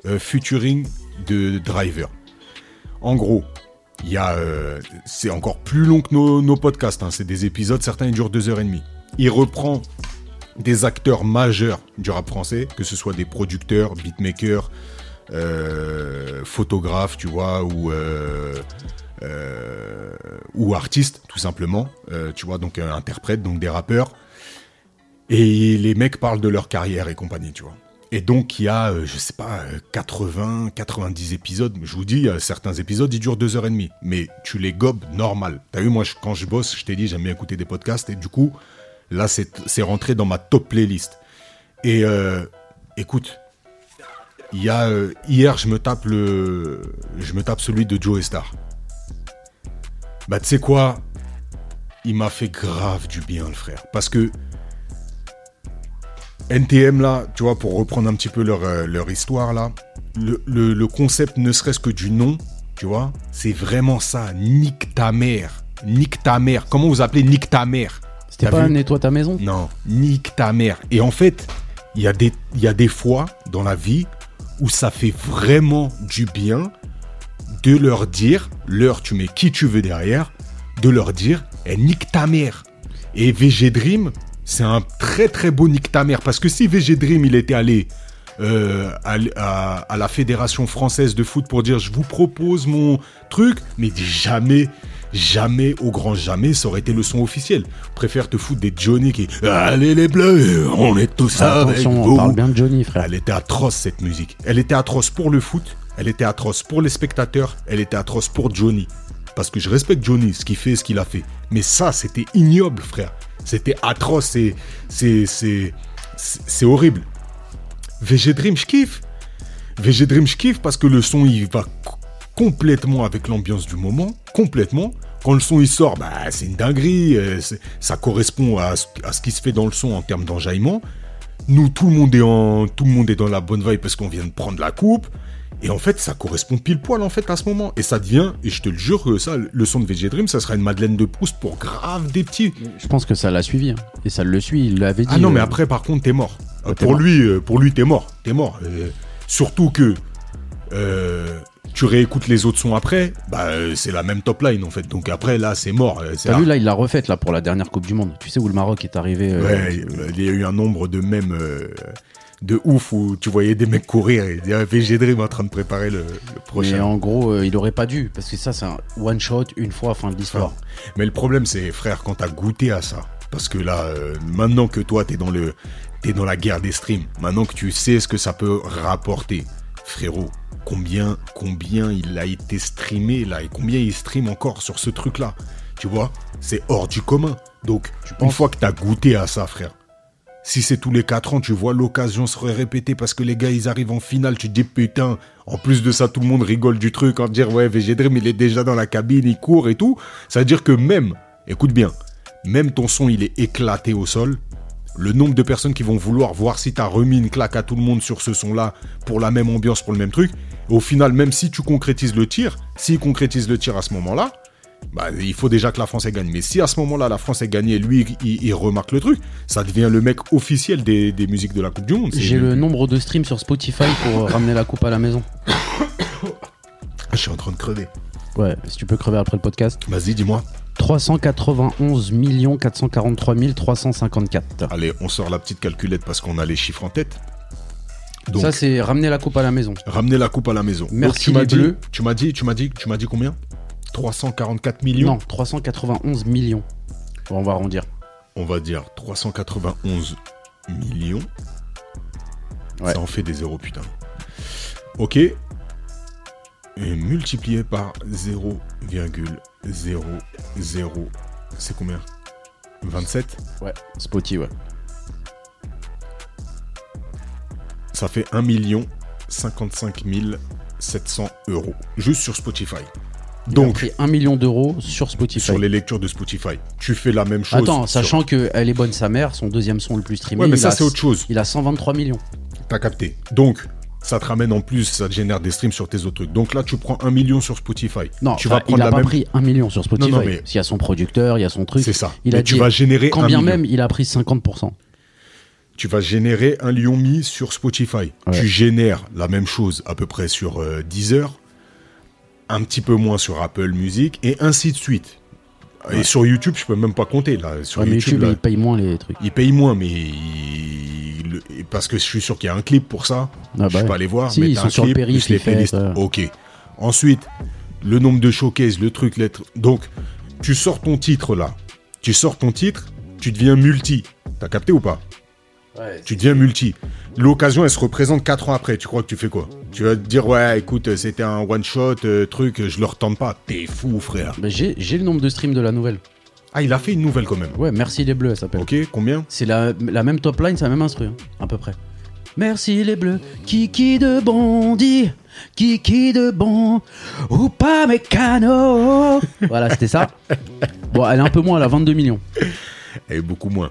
[SPEAKER 2] euh, Futuring de Driver. En gros, il y a, euh, c'est encore plus long que nos, nos podcasts, hein, c'est des épisodes, certains ils durent deux heures et demie. Il reprend des acteurs majeurs du rap français, que ce soit des producteurs, beatmakers, euh, photographes, tu vois, ou, euh, euh, ou artistes, tout simplement, euh, tu vois, donc euh, interprètes, donc des rappeurs. Et les mecs parlent de leur carrière et compagnie, tu vois. Et donc, il y a, euh, je sais pas, euh, 80, 90 épisodes. Je vous dis, euh, certains épisodes, ils durent deux heures et demie. Mais tu les gobes normal. T'as vu, moi, je- quand je bosse, je t'ai dit, j'aime bien écouter des podcasts. Et du coup, là, c'est c'est rentré dans ma top playlist. Et euh, écoute, il y a, euh, hier, je me tape le, je me tape celui de Joe Star. Bah, tu sais quoi Il m'a fait grave du bien, le frère. Parce que NTM, là, tu vois, pour reprendre un petit peu leur, euh, leur histoire, là, le, le- le concept, ne serait-ce que du nom, tu vois, c'est vraiment ça. Nique ta mère. Nique ta mère. Comment vous appelez Nique ta mère
[SPEAKER 3] C'était
[SPEAKER 2] T'as
[SPEAKER 3] pas
[SPEAKER 2] vu
[SPEAKER 3] nettoie ta maison
[SPEAKER 2] non, nique ta mère. Et en fait, il y, a des- il y a des fois dans la vie où ça fait vraiment du bien de leur dire, leur tu mets qui tu veux derrière, de leur dire, eh, nique ta mère. Et VG Dream, c'est un très très beau nique ta mère, parce que si VG Dream il était allé euh, à, l- à- à la Fédération française de foot pour dire je vous propose mon truc, mais jamais, jamais, au grand jamais, ça aurait été le son officiel. Préfère te foutre des Johnny qui Allez les bleus, on est tous avec
[SPEAKER 3] Attention, on
[SPEAKER 2] vous.
[SPEAKER 3] parle bien de Johnny, frère.
[SPEAKER 2] Elle était atroce cette musique. Elle était atroce pour le foot, elle était atroce pour les spectateurs, elle était atroce pour Johnny. Parce que je respecte Johnny, ce qu'il fait, ce qu'il a fait. Mais ça, c'était ignoble, frère. C'était atroce, c'est- c'est- c'est c'est- c'est horrible. VG Dream, je kiffe. VG Dream, je kiffe parce que le son, il va c- complètement avec l'ambiance du moment, complètement. Quand le son il sort, bah, c'est une dinguerie, euh, c'est- ça correspond à ce, à ce qui se fait dans le son en termes d'enjaillement. Nous, tout le, monde est en, tout le monde est dans la bonne vibe parce qu'on vient de prendre la coupe. Et en fait, ça correspond pile poil en fait à ce moment. Et ça devient, et je te le jure que ça, le son de VG Dream, ça sera une Madeleine de Proust pour grave des petits.
[SPEAKER 3] Je pense que ça l'a suivi. hein. Et ça le suit, il l'avait dit.
[SPEAKER 2] Ah non,
[SPEAKER 3] euh, Ah,
[SPEAKER 2] mais après, par contre, t'es mort. Euh,
[SPEAKER 3] t'es
[SPEAKER 2] pour,
[SPEAKER 3] mort.
[SPEAKER 2] Lui, euh, pour lui, t'es mort. T'es mort. Euh, surtout que euh, tu réécoutes les autres sons après, bah, euh, c'est la même top line en fait. Donc après, là, c'est mort. Euh, c'est
[SPEAKER 3] T'as
[SPEAKER 2] un-
[SPEAKER 3] vu, là, il l'a refaite là, pour la dernière Coupe du Monde. Tu sais où le Maroc est arrivé euh,
[SPEAKER 2] Ouais, euh, il y a eu un nombre de mêmes euh, de ouf où tu voyais des mecs courir et eh, il y avait VG Dream en train de préparer le, le
[SPEAKER 3] Mais
[SPEAKER 2] prochain.
[SPEAKER 3] en gros, euh, il aurait pas dû, parce que ça, c'est un one shot, une fois, fin de l'histoire.
[SPEAKER 2] Mais le problème, c'est, frère, quand t'as goûté à ça, parce que là, euh, maintenant que toi, t'es dans le, t'es dans la guerre des streams, maintenant que tu sais ce que ça peut rapporter, frérot, combien, combien il a été streamé là et combien il stream encore sur ce truc-là, tu vois, c'est hors du commun. Donc, une fois que t'as goûté à ça, frère. Si c'est tous les 4 ans, tu vois l'occasion se répéter parce que les gars, ils arrivent en finale, tu te dis putain, en plus de ça, tout le monde rigole du truc en dire ouais, VG Dream, il est déjà dans la cabine, il court et tout. Ça veut dire que même, écoute bien, même ton son, il est éclaté au sol. Le nombre de personnes qui vont vouloir voir si t'as remis une claque à tout le monde sur ce son-là pour la même ambiance, pour le même truc. Et au final, même si tu concrétises le tir, s'il concrétise le tir à ce moment-là, bah, il faut déjà que la France ait gagné. Mais si à ce moment-là, la France est gagnée et lui, il, il remarque le truc, ça devient le mec officiel des, des musiques de la Coupe du Monde. C'est-
[SPEAKER 3] J'ai le nombre de streams sur Spotify pour euh, ramener la coupe à la maison.
[SPEAKER 2] Ah, Je suis en train de crever.
[SPEAKER 3] Ouais, si tu peux crever après le podcast.
[SPEAKER 2] Vas-y, dis-moi.
[SPEAKER 3] 391 443 354.
[SPEAKER 2] Allez, on sort la petite calculette parce qu'on a les chiffres en tête. Donc,
[SPEAKER 3] ça, c'est ramener la coupe à la maison.
[SPEAKER 2] ramener la coupe à la maison. Oh,
[SPEAKER 3] Merci,
[SPEAKER 2] tu m'as
[SPEAKER 3] les
[SPEAKER 2] dit,
[SPEAKER 3] Bleus.
[SPEAKER 2] tu m'as dit, tu m'as dit, tu m'as dit combien 344 millions.
[SPEAKER 3] Non, 391 millions. Bon, on va arrondir.
[SPEAKER 2] On va dire 391 millions.
[SPEAKER 3] Ouais.
[SPEAKER 2] Ça en fait des zéros, putain. Ok. Et multiplié par 0,00. C'est combien 27
[SPEAKER 3] Ouais, Spotify, ouais.
[SPEAKER 2] Ça fait 1 million 55 700 euros. Juste sur Spotify. Donc,
[SPEAKER 3] Et 1 million d'euros sur Spotify.
[SPEAKER 2] sur les lectures de Spotify. Tu fais la même chose.
[SPEAKER 3] Attends,
[SPEAKER 2] sur-
[SPEAKER 3] sachant que Elle est bonne sa mère, son deuxième son le plus streamé.
[SPEAKER 2] Ouais, mais
[SPEAKER 3] il
[SPEAKER 2] ça,
[SPEAKER 3] a-
[SPEAKER 2] c'est autre chose.
[SPEAKER 3] Il a 123 millions.
[SPEAKER 2] T'as capté. Donc, ça te ramène en plus, ça te génère des streams sur tes autres trucs. Donc là, tu prends un million sur Spotify.
[SPEAKER 3] Non,
[SPEAKER 2] tu
[SPEAKER 3] enfin,
[SPEAKER 2] vas prendre
[SPEAKER 3] il a
[SPEAKER 2] la
[SPEAKER 3] pas
[SPEAKER 2] même.
[SPEAKER 3] pris 1 million sur Spotify.
[SPEAKER 2] Non, non, mais-
[SPEAKER 3] S'il y a son producteur, il y a son truc.
[SPEAKER 2] C'est ça.
[SPEAKER 3] Il
[SPEAKER 2] Mais
[SPEAKER 3] a
[SPEAKER 2] tu
[SPEAKER 3] dit-
[SPEAKER 2] vas générer
[SPEAKER 3] Quand
[SPEAKER 2] un
[SPEAKER 3] bien
[SPEAKER 2] million.
[SPEAKER 3] même, il a pris 50%.
[SPEAKER 2] Tu vas générer un lion mi sur Spotify.
[SPEAKER 3] Ouais.
[SPEAKER 2] Tu génères la même chose à peu près sur euh, Deezer, un petit peu moins sur Apple Music et ainsi de suite. Et sur YouTube, je peux même pas compter là. Sur
[SPEAKER 3] Ouais, mais
[SPEAKER 2] YouTube,
[SPEAKER 3] YouTube,
[SPEAKER 2] là,
[SPEAKER 3] il paye moins les trucs.
[SPEAKER 2] il paye moins, mais il- le- parce que je suis sûr qu'il y a un clip pour ça.
[SPEAKER 3] Ah
[SPEAKER 2] je suis
[SPEAKER 3] bah.
[SPEAKER 2] pas allé voir,
[SPEAKER 3] Si,
[SPEAKER 2] mais
[SPEAKER 3] ils
[SPEAKER 2] t'as
[SPEAKER 3] sont
[SPEAKER 2] un
[SPEAKER 3] sur le
[SPEAKER 2] clip,
[SPEAKER 3] périph',
[SPEAKER 2] plus les
[SPEAKER 3] ils euh. font,
[SPEAKER 2] playlists.
[SPEAKER 3] ouais.
[SPEAKER 2] Ok. Ensuite, le nombre de showcases, le truc, l'être. Donc, tu sors ton titre là. Tu sors ton titre, tu deviens multi. T'as capté ou pas Tu deviens multi. L'occasion, elle se représente 4 ans après. Tu crois que tu fais quoi Tu vas te dire, ouais, écoute, euh, c'était un one-shot, euh, truc, euh, je le retente pas. T'es fou, frère.
[SPEAKER 3] Bah, J'ai j'ai le nombre de streams de la nouvelle.
[SPEAKER 2] Ah, il a fait une nouvelle quand même.
[SPEAKER 3] Ouais, merci les bleus, elle s'appelle.
[SPEAKER 2] Ok, combien
[SPEAKER 3] C'est la, la même top line, c'est la même instru, hein, à peu près. Merci les bleus, Kiki de Bondy, Kiki de Bon, ou pas mes canaux. voilà, c'était ça. Bon, elle est un peu moins, elle a 22 millions.
[SPEAKER 2] Elle est beaucoup moins.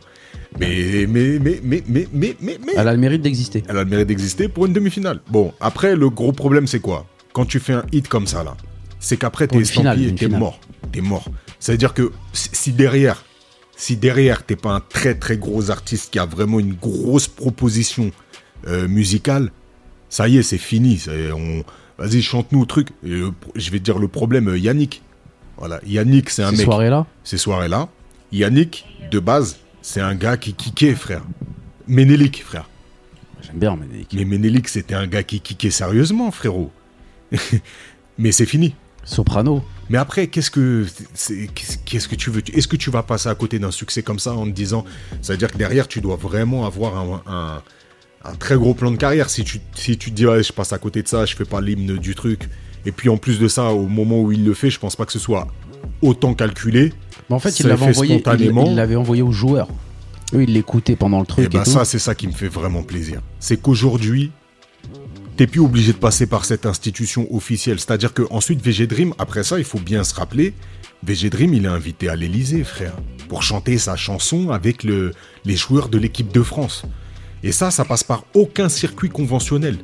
[SPEAKER 2] Mais, mais, mais, mais, mais, mais, mais, mais.
[SPEAKER 3] Elle a le mérite d'exister.
[SPEAKER 2] elle a le mérite d'exister pour une demi-finale. Bon, après, le gros problème, c'est quoi Quand tu fais un hit comme ça, là, c'est qu'après, t'es
[SPEAKER 3] une finale,
[SPEAKER 2] estampillé et
[SPEAKER 3] une
[SPEAKER 2] t'es
[SPEAKER 3] finale.
[SPEAKER 2] mort. T'es mort. C'est-à-dire que si si derrière, si derrière, t'es pas un très très gros artiste qui a vraiment une grosse proposition euh, musicale, Ça y est, c'est fini. c'est- on... Vas-y, chante-nous le truc. Et le pro- je vais te dire le problème, euh, Yannick. Voilà, Yannick, c'est un
[SPEAKER 3] Ces
[SPEAKER 2] mec.
[SPEAKER 3] soirées-là
[SPEAKER 2] Ces soirées-là, Yannick, de base, c'est un gars qui kickait, frère. Ménélique, frère.
[SPEAKER 3] J'aime bien, mais
[SPEAKER 2] Mais Ménélique, c'était un gars qui kickait sérieusement, frérot. Mais c'est fini.
[SPEAKER 3] Soprano.
[SPEAKER 2] Mais après, qu'est-ce que c'est- qu'est-ce qu'est-ce que tu veux Est-ce que tu vas passer à côté d'un succès comme ça en te disant C'est-à-dire que derrière, tu dois vraiment avoir un, un- un très gros plan de carrière. Si tu, si tu te dis, Ouais, je passe à côté de ça, je fais pas l'hymne du truc. Et puis en plus de ça, au moment où il le fait, je pense pas que ce soit autant calculé.
[SPEAKER 3] Mais en fait, il
[SPEAKER 2] Ça
[SPEAKER 3] l'avait
[SPEAKER 2] fait
[SPEAKER 3] envoyé, il-
[SPEAKER 2] spontanément.
[SPEAKER 3] il l'avait envoyé aux joueurs. Eux, ils l'écoutaient pendant le truc
[SPEAKER 2] Et
[SPEAKER 3] et,
[SPEAKER 2] ben
[SPEAKER 3] tout.
[SPEAKER 2] ça, c'est ça qui me fait vraiment plaisir. C'est qu'aujourd'hui, t'es plus obligé de passer par cette institution officielle. C'est-à-dire que ensuite, VG Dream, après ça, il faut bien se rappeler, VG Dream, il est invité à l'Elysée, frère, pour chanter sa chanson avec le- les joueurs de l'équipe de France. Et ça, ça passe par aucun circuit conventionnel.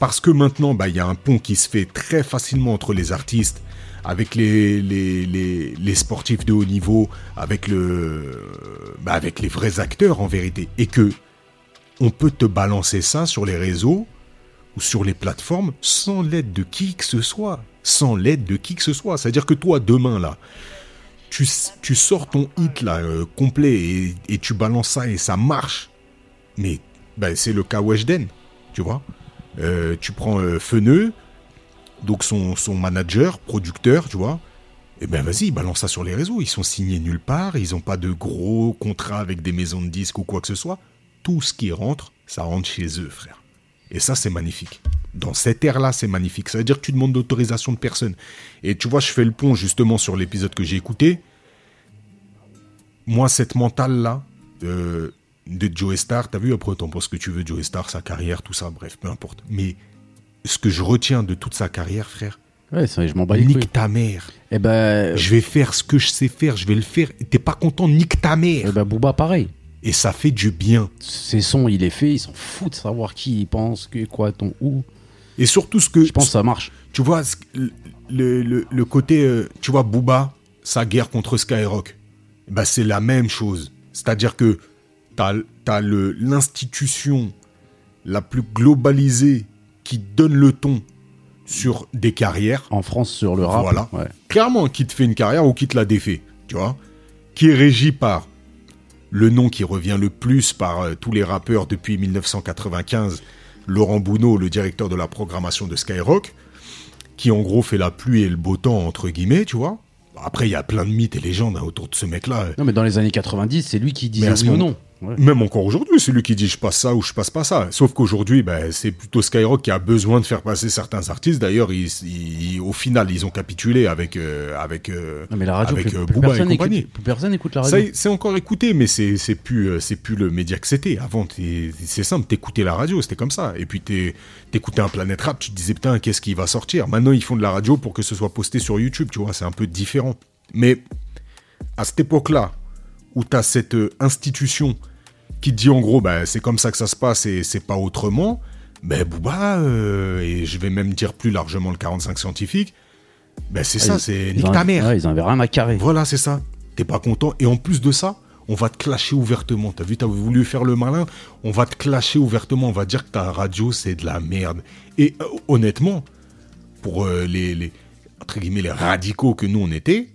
[SPEAKER 2] Parce que maintenant, bah, il y a un pont qui se fait très facilement entre les artistes, avec les, les, les, les sportifs de haut niveau, avec, le, bah, avec les vrais acteurs en vérité. Et que on peut te balancer ça sur les réseaux ou sur les plateformes sans l'aide de qui que ce soit. Sans l'aide de qui que ce soit. C'est-à-dire que toi, demain, là, tu, tu sors ton hit là, euh, complet et, et tu balances ça et ça marche. Mais ben, c'est le cas Weshden, tu vois. Euh, tu prends euh, Feneu, donc son, son manager, producteur, tu vois. Et ben vas-y, balance ça sur les réseaux. Ils sont signés nulle part, ils n'ont pas de gros contrats avec des maisons de disques ou quoi que ce soit. Tout ce qui rentre, ça rentre chez eux, frère. Et ça, c'est magnifique. Dans cette ère-là, c'est magnifique. Ça veut dire que tu demandes l'autorisation de personne. Et tu vois, je fais le pont justement sur l'épisode que j'ai écouté. Moi, cette mentale-là, de, de Joe Star, t'as vu, après, t'en penses ce que tu veux, Joe Star, sa carrière, tout ça, bref, peu importe. Mais ce que je retiens de toute sa carrière, frère,
[SPEAKER 3] Ouais, ça, je m'en bats les couilles.
[SPEAKER 2] nique ta mère.
[SPEAKER 3] Et ben,
[SPEAKER 2] Je vais faire ce que je sais faire, je vais le faire. T'es pas content, nique ta
[SPEAKER 3] eh
[SPEAKER 2] mère.
[SPEAKER 3] ben, Booba, pareil.
[SPEAKER 2] Et ça fait du bien.
[SPEAKER 3] Ses sons, il est fait, ils s'en foutent de savoir qui il pense, que, quoi, ton où.
[SPEAKER 2] Et surtout, ce que.
[SPEAKER 3] Je pense que ça marche.
[SPEAKER 2] Tu vois, ce- le, le- le côté, euh, tu vois, Booba, sa guerre contre Skyrock, bah, c'est la même chose. C'est-à-dire que t'as as, l'institution la plus globalisée qui donne le ton sur des carrières,
[SPEAKER 3] En France, sur le rap.
[SPEAKER 2] Voilà.
[SPEAKER 3] ouais.
[SPEAKER 2] clairement qui te fait une carrière ou qui te la défait, tu vois, qui est régi par le nom qui revient le plus par euh, tous les rappeurs depuis 1995, Laurent Bounot, le directeur de la programmation de Skyrock, qui en gros fait la pluie et le beau temps, entre guillemets, tu vois. Après, il y a plein de mythes et légendes hein, autour de ce mec-là.
[SPEAKER 3] Non, mais dans les années 90, c'est lui qui disait
[SPEAKER 2] Mais à ce
[SPEAKER 3] oui ou non.
[SPEAKER 2] moment-
[SPEAKER 3] Ouais.
[SPEAKER 2] Même encore aujourd'hui, c'est lui qui dit je passe ça ou je passe pas ça. Sauf qu'aujourd'hui, ben, c'est plutôt Skyrock qui a besoin de faire passer certains artistes. D'ailleurs, ils- ils- au final, ils ont capitulé avec, euh, avec euh,
[SPEAKER 3] Non, mais la radio,
[SPEAKER 2] Avec,
[SPEAKER 3] plus,
[SPEAKER 2] euh,
[SPEAKER 3] plus
[SPEAKER 2] Booba et
[SPEAKER 3] personne
[SPEAKER 2] compagnie.
[SPEAKER 3] écoute, plus personne écoute la
[SPEAKER 2] Ça,
[SPEAKER 3] radio.
[SPEAKER 2] c'est encore écouté, mais c'est c'est plus, euh, c'est plus le média que c'était. Avant, t'es- c'est simple, t'écoutais la radio, c'était comme ça. Et puis t'es- t'écoutais un Planète Rap, tu te disais, putain, qu'est-ce qui va sortir Maintenant, ils font de la radio pour que ce soit posté sur YouTube, tu vois, c'est un peu différent. Mais à cette époque-là, où t'as cette euh, institution qui te dit en gros, bah, c'est comme ça que ça se passe et c'est pas autrement, ben Booba, euh, et je vais même dire plus largement le 45 scientifique, ben c'est
[SPEAKER 3] Ah,
[SPEAKER 2] ça,
[SPEAKER 3] ils-
[SPEAKER 2] c'est
[SPEAKER 3] ils
[SPEAKER 2] nique
[SPEAKER 3] en-
[SPEAKER 2] ta mère.
[SPEAKER 3] ouais, ils en avaient rien à carrer.
[SPEAKER 2] Voilà, c'est ça. T'es pas content. Et en plus de ça, on va te clasher ouvertement. T'as vu, t'as voulu faire le malin. On va te clasher ouvertement. On va dire que ta radio, c'est de la merde. Et euh, honnêtement, pour euh, les, les, entre guillemets, les radicaux que nous, on était,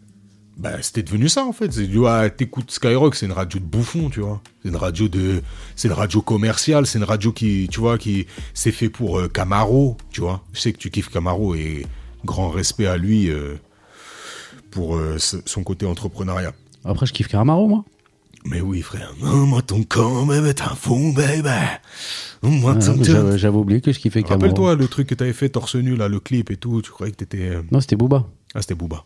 [SPEAKER 2] bah, c'était devenu ça, en fait. C'est du, ah, t'écoutes Skyrock, c'est une radio de bouffon, tu vois. C'est une radio de, c'est une radio commerciale, c'est une radio qui, tu vois, qui, c'est fait pour euh, Camaro, tu vois. Je sais que tu kiffes Camaro et grand respect à lui, euh, pour euh, ce- son côté entrepreneuriat.
[SPEAKER 3] Après, je kiffe Caramaro, moi.
[SPEAKER 2] Mais oui, frère. Oh, moi, ton corps, baby, t'as un fond, baby. Oh, moi,
[SPEAKER 3] Ah,
[SPEAKER 2] ton-
[SPEAKER 3] mais J'avais j'avais oublié que je kiffais Caramaro.
[SPEAKER 2] Rappelle-toi le truc que t'avais fait torse nu, là, le clip et tout. Tu croyais que t'étais. euh,
[SPEAKER 3] Non, c'était Booba.
[SPEAKER 2] Ah, c'était Booba.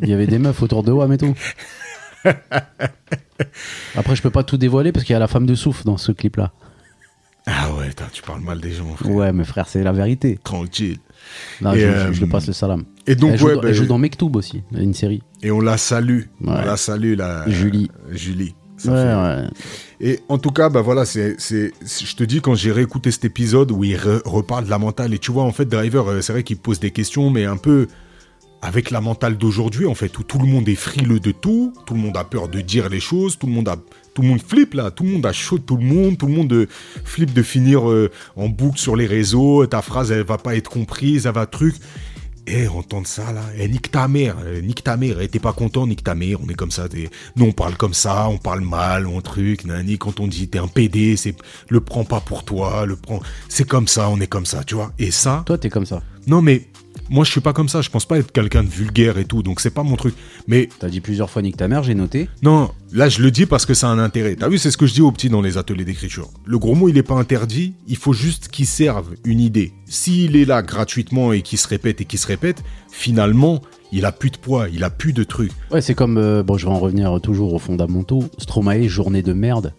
[SPEAKER 3] Il y avait des meufs autour de Wam et tout. Après, je peux pas tout dévoiler parce qu'il y a la femme de Souf dans ce clip-là.
[SPEAKER 2] Ah ouais, putain, tu parles mal des gens, frère.
[SPEAKER 3] Ouais, mais frère, c'est la vérité.
[SPEAKER 2] Tranquille.
[SPEAKER 3] Non,
[SPEAKER 2] Et
[SPEAKER 3] je,
[SPEAKER 2] euh,
[SPEAKER 3] je- je le passe le salam.
[SPEAKER 2] Et donc,
[SPEAKER 3] elle, joue
[SPEAKER 2] ouais,
[SPEAKER 3] dans,
[SPEAKER 2] bah,
[SPEAKER 3] elle joue dans Mektoub aussi, une série.
[SPEAKER 2] euh, et on la salue. On
[SPEAKER 3] Ouais.
[SPEAKER 2] la salue, la.
[SPEAKER 3] Julie.
[SPEAKER 2] Julie. Ça
[SPEAKER 3] Ouais,
[SPEAKER 2] fait-
[SPEAKER 3] ouais.
[SPEAKER 2] Et en tout cas, bah voilà, c'est, c'est, c'est- je te dis, quand j'ai réécouté cet épisode où il re- reparle de la mentale, et tu vois, en fait, Driver, euh, c'est vrai qu'il pose des questions, mais un peu avec la mentale d'aujourd'hui, en fait, où tout le monde est frileux de tout, tout le monde a peur de dire les choses, tout le monde a Tout le monde flippe là, tout le monde a chaud, tout le monde, tout le monde euh, flippe de finir euh, en boucle sur les réseaux. Ta phrase, elle va pas être comprise, elle va truc. Eh, entendre ça là, eh, nique ta mère, eh, nique ta mère, eh, t'es pas content, nique ta mère, on est comme ça, t'es- nous on parle comme ça, on parle mal, on truc, nani, quand on dit t'es un PD, c'est le prends pas pour toi, le prends, c'est comme ça, on est comme ça, tu vois. Et ça,
[SPEAKER 3] Toi, t'es comme ça.
[SPEAKER 2] non mais moi je suis pas comme ça, je pense pas être quelqu'un de vulgaire et tout, donc c'est pas mon truc. Mais
[SPEAKER 3] T'as dit plusieurs fois nique ta mère, j'ai noté.
[SPEAKER 2] non, là je le dis parce que ça a un intérêt. T'as vu, c'est ce que je dis aux petits dans les ateliers d'écriture. Le gros mot il est pas interdit, il faut juste qu'il serve une idée. S'il est là gratuitement et qu'il se répète et qu'il se répète, finalement il a plus de poids, il a plus de trucs.
[SPEAKER 3] Ouais, c'est comme. euh, bon, je vais en revenir toujours aux fondamentaux. Stromae, journée de merde.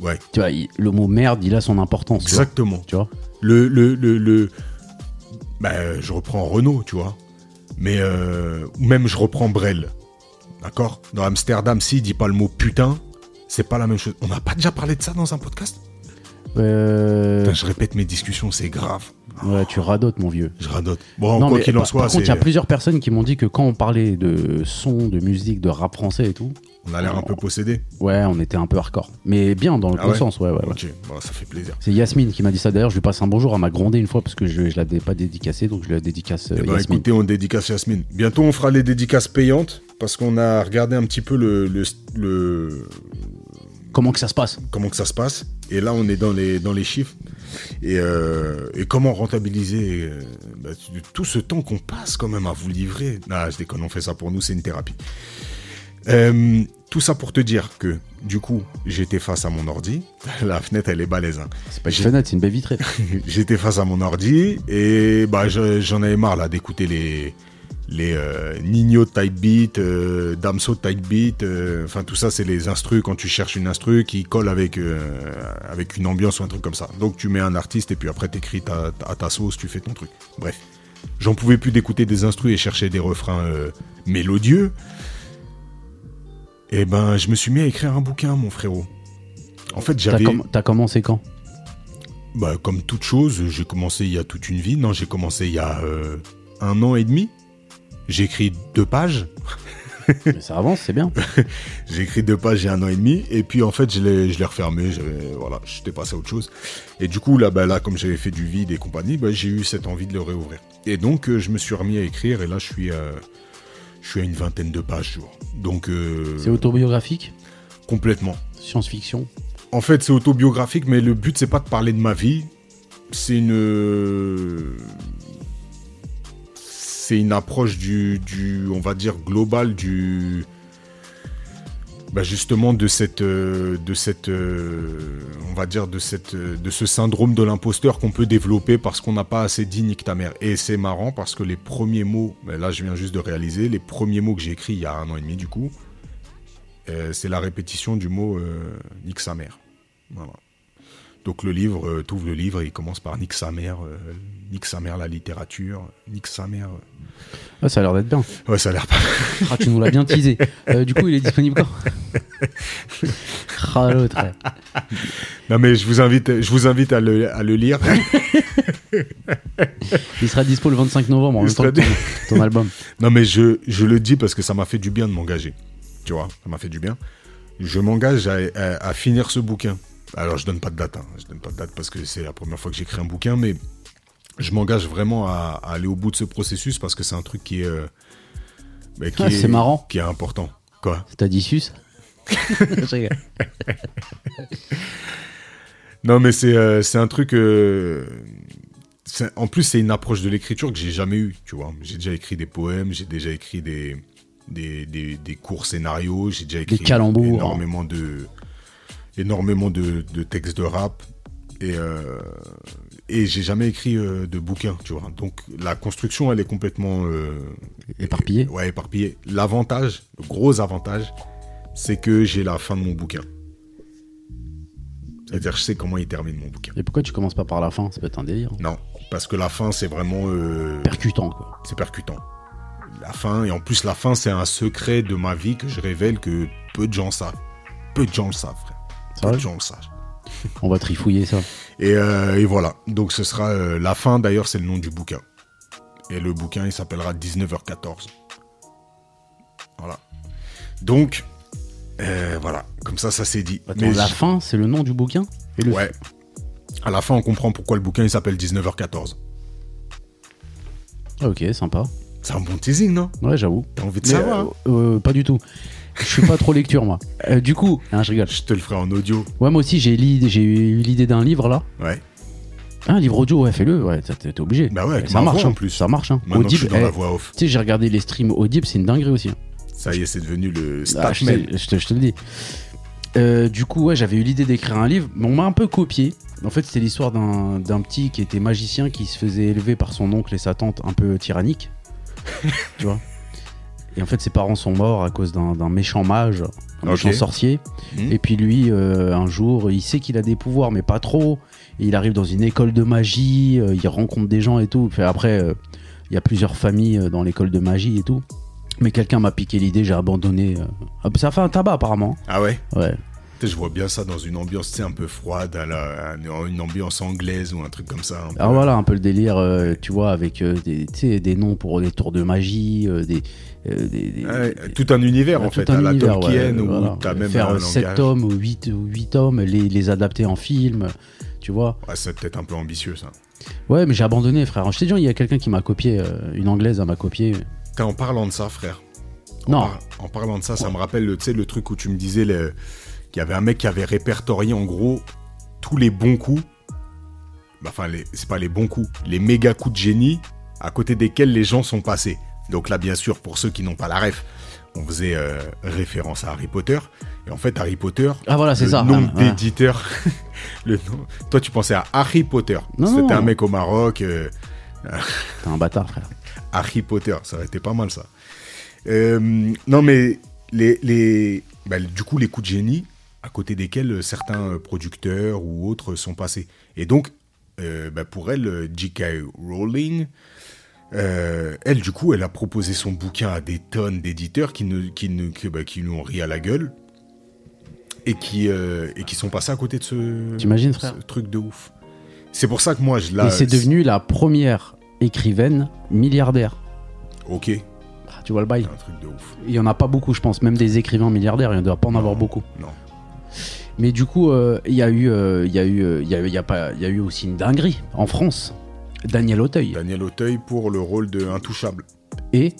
[SPEAKER 2] Ouais,
[SPEAKER 3] Tu vois, il- le mot merde, il a son importance. tu vois.
[SPEAKER 2] exactement.
[SPEAKER 3] Tu vois
[SPEAKER 2] Le, le, le, le- Ben, je reprends Renault, tu vois. Mais euh, ou même je reprends Brel. D'accord Dans Amsterdam, s'il dit pas le mot putain, c'est pas la même chose. On n'a pas déjà parlé de ça dans un podcast
[SPEAKER 3] Euh,
[SPEAKER 2] Putain, Je répète mes discussions, c'est grave.
[SPEAKER 3] Ouais, tu radotes, mon vieux.
[SPEAKER 2] Je radote. Bon,
[SPEAKER 3] Non,
[SPEAKER 2] quoi
[SPEAKER 3] mais
[SPEAKER 2] qu'il en
[SPEAKER 3] par,
[SPEAKER 2] soit,
[SPEAKER 3] par contre, il y
[SPEAKER 2] c'est-
[SPEAKER 3] a plusieurs personnes qui m'ont dit que quand on parlait de son, de musique, de rap français et tout,
[SPEAKER 2] on a l'air un
[SPEAKER 3] Bah,
[SPEAKER 2] peu possédé.
[SPEAKER 3] ouais, on était un peu hardcore. Mais bien dans le
[SPEAKER 2] Ah
[SPEAKER 3] bon
[SPEAKER 2] ouais
[SPEAKER 3] sens, bah, ouais, ouais. ouais.
[SPEAKER 2] Ok, bon, ça fait plaisir.
[SPEAKER 3] C'est Yasmine qui m'a dit ça. D'ailleurs, je lui passe un bonjour. Elle m'a grondé une fois parce que je ne l'avais pas dédicacé, donc je la dédicace euh,
[SPEAKER 2] Eh ben,
[SPEAKER 3] Yasmine.
[SPEAKER 2] écoutez, on dédicace Yasmine. Bientôt, on fera les dédicaces payantes parce qu'on a regardé un petit peu le- le- le,
[SPEAKER 3] Comment que ça se passe
[SPEAKER 2] comment que ça se passe. Et là, on est dans les, dans les chiffres. Et, euh, et comment rentabiliser euh, bah, tu- tout ce temps qu'on passe quand même à vous livrer. Ah, je déconne, on fait ça pour nous, c'est une thérapie. Euh, tout ça pour te dire que, du coup, j'étais face à mon ordi. La fenêtre, elle est balèze. hein.
[SPEAKER 3] C'est pas une
[SPEAKER 2] J'ai-
[SPEAKER 3] fenêtre, c'est une baie vitrée.
[SPEAKER 2] J'étais face à mon ordi et bah, je- j'en avais marre là d'écouter les, les euh, Nino type beat, euh, Damso type beat, euh, enfin tout ça c'est les instrus quand tu cherches une instru qui colle avec, euh, avec une ambiance ou un truc comme ça. Donc tu mets un artiste et puis après t'écris ta- ta- à ta sauce, tu fais ton truc. Bref, j'en pouvais plus d'écouter des instrus et chercher des refrains euh, mélodieux. Et ben je me suis mis à écrire un bouquin mon frérot. En fait
[SPEAKER 3] T'as
[SPEAKER 2] j'avais...
[SPEAKER 3] comm- t'as commencé quand
[SPEAKER 2] Bah, comme toute chose, j'ai commencé il y a toute une vie. Non, j'ai commencé il y a euh, un an et demi. J'ai écrit deux pages.
[SPEAKER 3] Mais ça avance, c'est bien.
[SPEAKER 2] Euh. J'ai écrit deux pages il y a un an et demi. Et puis, en fait, je l'ai, je l'ai refermé. j'avais- Voilà, j'étais passé à autre chose. Et du coup, là, bah, là comme j'avais fait du vide et compagnie, bah, j'ai eu cette envie de le réouvrir. Et donc, euh, je me suis remis à écrire. Et là, je suis, euh, je suis à une vingtaine de pages jour. Donc, euh,
[SPEAKER 3] C'est autobiographique,
[SPEAKER 2] complètement.
[SPEAKER 3] science-fiction.
[SPEAKER 2] En fait, c'est autobiographique, mais le but, c'est pas de parler de ma vie. C'est une. C'est une approche du, du- On va dire globale du. Bah justement de cette. euh, de cette. euh, on va dire de cette. euh, de ce syndrome de l'imposteur qu'on peut développer parce qu'on n'a pas assez dit nique ta mère. Et c'est marrant parce que les premiers mots. bah là, je viens juste de réaliser. Les premiers mots que j'ai écrits il y a un an et demi, du coup. euh, c'est la répétition du mot euh, nique sa mère. Voilà. Donc le livre, euh, t'ouvres le livre et il commence par nique sa mère, euh, nique sa mère la littérature, nique sa mère. euh.
[SPEAKER 3] Ah, ça a l'air d'être bien.
[SPEAKER 2] Ouais, ça a l'air pas.
[SPEAKER 3] Ah, tu nous l'as bien teasé. Euh, du coup, il est disponible quand Ah, l'autre. ouais.
[SPEAKER 2] Non mais je vous invite, je vous invite à le, à le lire.
[SPEAKER 3] Il sera dispo le 25 novembre en
[SPEAKER 2] Il
[SPEAKER 3] même temps
[SPEAKER 2] sera
[SPEAKER 3] que ton, ton album.
[SPEAKER 2] non mais je, je le dis parce que ça m'a fait du bien de m'engager. Tu vois, ça m'a fait du bien. Je m'engage à, à- à finir ce bouquin. Alors je donne pas de date, hein. je donne pas de date parce que c'est la première fois que j'écris un bouquin, mais je m'engage vraiment à, à aller au bout de ce processus parce que c'est un truc qui est, euh, bah, qui
[SPEAKER 3] Ah,
[SPEAKER 2] est
[SPEAKER 3] c'est marrant.
[SPEAKER 2] qui est important. Quoi
[SPEAKER 3] T'as dit sus Je rigole.
[SPEAKER 2] Non, mais c'est euh, c'est un truc. euh, c'est- en plus, c'est une approche de l'écriture que j'ai jamais eue, tu vois. J'ai déjà écrit des poèmes, j'ai déjà écrit des, des, des- des courts scénarios, j'ai déjà écrit
[SPEAKER 3] calembours.
[SPEAKER 2] énormément de énormément de, de textes de rap et euh, et j'ai jamais écrit euh, de bouquin, tu vois. Donc la construction, elle est complètement euh,
[SPEAKER 3] Éparpillé.
[SPEAKER 2] Ouais, éparpillé. L'avantage, le gros avantage, c'est que j'ai la fin de mon bouquin. C'est-à-dire, je sais comment il termine mon bouquin.
[SPEAKER 3] Et pourquoi tu commences pas par la fin Ça peut être un délire.
[SPEAKER 2] Non, parce que la fin, c'est vraiment. euh,
[SPEAKER 3] Percutant, quoi.
[SPEAKER 2] c'est percutant. La fin, et en plus, la fin, c'est un secret de ma vie que je révèle que peu de gens savent. Peu de gens le savent, frère.
[SPEAKER 3] C'est
[SPEAKER 2] Peu de
[SPEAKER 3] vrai
[SPEAKER 2] gens le savent.
[SPEAKER 3] On va trifouiller ça.
[SPEAKER 2] Et, euh, et voilà. Donc, ce sera. euh, la fin, d'ailleurs, c'est le nom du bouquin. Et le bouquin, il s'appellera 19h14. Voilà. Donc, euh, voilà. Comme Comme ça, ça s'est dit.
[SPEAKER 3] Attends,
[SPEAKER 2] Mais
[SPEAKER 3] la
[SPEAKER 2] j-
[SPEAKER 3] fin, c'est le nom du bouquin et le
[SPEAKER 2] Ouais. À la fin, on comprend pourquoi le bouquin il s'appelle 19h14.
[SPEAKER 3] Ah, Ok, sympa.
[SPEAKER 2] C'est un bon teasing, non
[SPEAKER 3] Ouais, j'avoue.
[SPEAKER 2] T'as envie de
[SPEAKER 3] Mais,
[SPEAKER 2] savoir hein
[SPEAKER 3] euh, euh, Pas du tout. Je suis pas trop lecture, moi. Euh, du coup, hein, je rigole.
[SPEAKER 2] Je te le ferai en audio.
[SPEAKER 3] Ouais, moi aussi, j'ai li- j'ai eu l'idée d'un livre, là.
[SPEAKER 2] Ouais.
[SPEAKER 3] Ah, Un livre audio, ouais, fais-le. Ouais, t'es t'es obligé.
[SPEAKER 2] Bah ouais, avec
[SPEAKER 3] ça
[SPEAKER 2] ma
[SPEAKER 3] marche
[SPEAKER 2] voix, en
[SPEAKER 3] hein.
[SPEAKER 2] plus.
[SPEAKER 3] Ça marche. Hein.
[SPEAKER 2] Maintenant que je suis dans
[SPEAKER 3] eh,
[SPEAKER 2] la voix off.
[SPEAKER 3] Tu sais, j'ai regardé les streams Audible, c'est une dinguerie aussi. hein.
[SPEAKER 2] Ça y est, c'est devenu le
[SPEAKER 3] Ah, je,
[SPEAKER 2] Statman.
[SPEAKER 3] te, je te- je te le dis. Euh, du coup, ouais, j'avais eu l'idée d'écrire un livre, mais on m'a un peu copié. En fait, c'était l'histoire d'un d'un petit qui était magicien qui se faisait élever par son oncle et sa tante un peu tyrannique. tu vois Et en fait, ses parents sont morts à cause d'un d'un méchant mage,
[SPEAKER 2] Ok.
[SPEAKER 3] un méchant sorcier.
[SPEAKER 2] Mhm.
[SPEAKER 3] Et puis lui, euh, un jour, il sait qu'il a des pouvoirs, mais pas trop. Et il arrive dans une école de magie, euh, il rencontre des gens et tout. Puis après, euh, il y a plusieurs familles euh, dans l'école de magie et tout. Mais quelqu'un m'a piqué l'idée, j'ai abandonné. euh. Ah, Ça fait un tabac apparemment.
[SPEAKER 2] Ah ouais
[SPEAKER 3] Ouais.
[SPEAKER 2] Putain, Je vois bien ça dans une ambiance, tu sais, un peu froide, à la- à une ambiance anglaise ou un truc comme ça. un peu.
[SPEAKER 3] Ah voilà, un peu le délire, euh, tu vois, avec euh, des, tu sais, des noms pour des tours de magie, euh, des, euh, des- des-
[SPEAKER 2] Ouais,
[SPEAKER 3] des-
[SPEAKER 2] tout un univers, en
[SPEAKER 3] tout
[SPEAKER 2] fait,
[SPEAKER 3] un
[SPEAKER 2] à la
[SPEAKER 3] univers,
[SPEAKER 2] Tolkien,
[SPEAKER 3] ouais,
[SPEAKER 2] où
[SPEAKER 3] voilà.
[SPEAKER 2] t'as même
[SPEAKER 3] faire
[SPEAKER 2] un
[SPEAKER 3] 7
[SPEAKER 2] langage.
[SPEAKER 3] tomes ou 8, tomes, les, les adapter en film, tu vois.
[SPEAKER 2] Ouais, Ah, c'est peut-être un peu ambitieux, ça.
[SPEAKER 3] Ouais, mais j'ai abandonné, frère. Je t'ai dit, il y a quelqu'un qui m'a copié, euh, une anglaise, elle m'a copié.
[SPEAKER 2] Putain, En parlant de ça, frère, En,
[SPEAKER 3] Non,
[SPEAKER 2] par- en parlant de ça, ça me rappelle le, tu sais, le truc où tu me disais le- qu'il y avait un mec qui avait répertorié en gros tous les bons coups. Bah, Enfin, les- c'est pas les bons coups, les méga coups de génie à côté desquels les gens sont passés. Donc là, bien sûr, pour ceux qui n'ont pas la ref, on faisait euh, référence à Harry Potter. Et en fait, Harry Potter,
[SPEAKER 3] ah voilà, c'est
[SPEAKER 2] le
[SPEAKER 3] ça.
[SPEAKER 2] nom
[SPEAKER 3] Ah, ouais.
[SPEAKER 2] d'éditeur. le nom- Toi, tu pensais à Harry Potter.
[SPEAKER 3] Non, non,
[SPEAKER 2] C'était un
[SPEAKER 3] non.
[SPEAKER 2] mec au Maroc. euh,
[SPEAKER 3] ah, T'es un bâtard, frère.
[SPEAKER 2] Harry Potter, ça aurait été pas mal ça. Euh, non mais les, les- bah, du coup les coups de génie à côté desquels euh, certains euh, producteurs ou autres sont passés. Et donc euh, bah, pour elle, euh, J.K. Rowling, euh, elle du coup elle a proposé son bouquin à des tonnes d'éditeurs qui ne, qui ne que, bah, qui lui ont ri à la gueule et qui euh, et qui sont passés à côté de ce,
[SPEAKER 3] T'imagines, frère
[SPEAKER 2] ce truc de ouf. C'est pour ça que moi je la.
[SPEAKER 3] Et c'est devenu la première écrivaine milliardaire.
[SPEAKER 2] Ok,
[SPEAKER 3] Ah, tu vois le bail
[SPEAKER 2] un truc de ouf.
[SPEAKER 3] Il y en a pas beaucoup, je pense. Même des écrivains milliardaires, il ne doit pas en avoir beaucoup.
[SPEAKER 2] Non.
[SPEAKER 3] Mais du coup, euh, il y a eu, euh, il y a eu, euh, il y a eu, il y a pas, il y a eu aussi une dinguerie en France. Daniel Auteuil
[SPEAKER 2] Daniel Auteuil pour le rôle de Intouchable
[SPEAKER 3] et,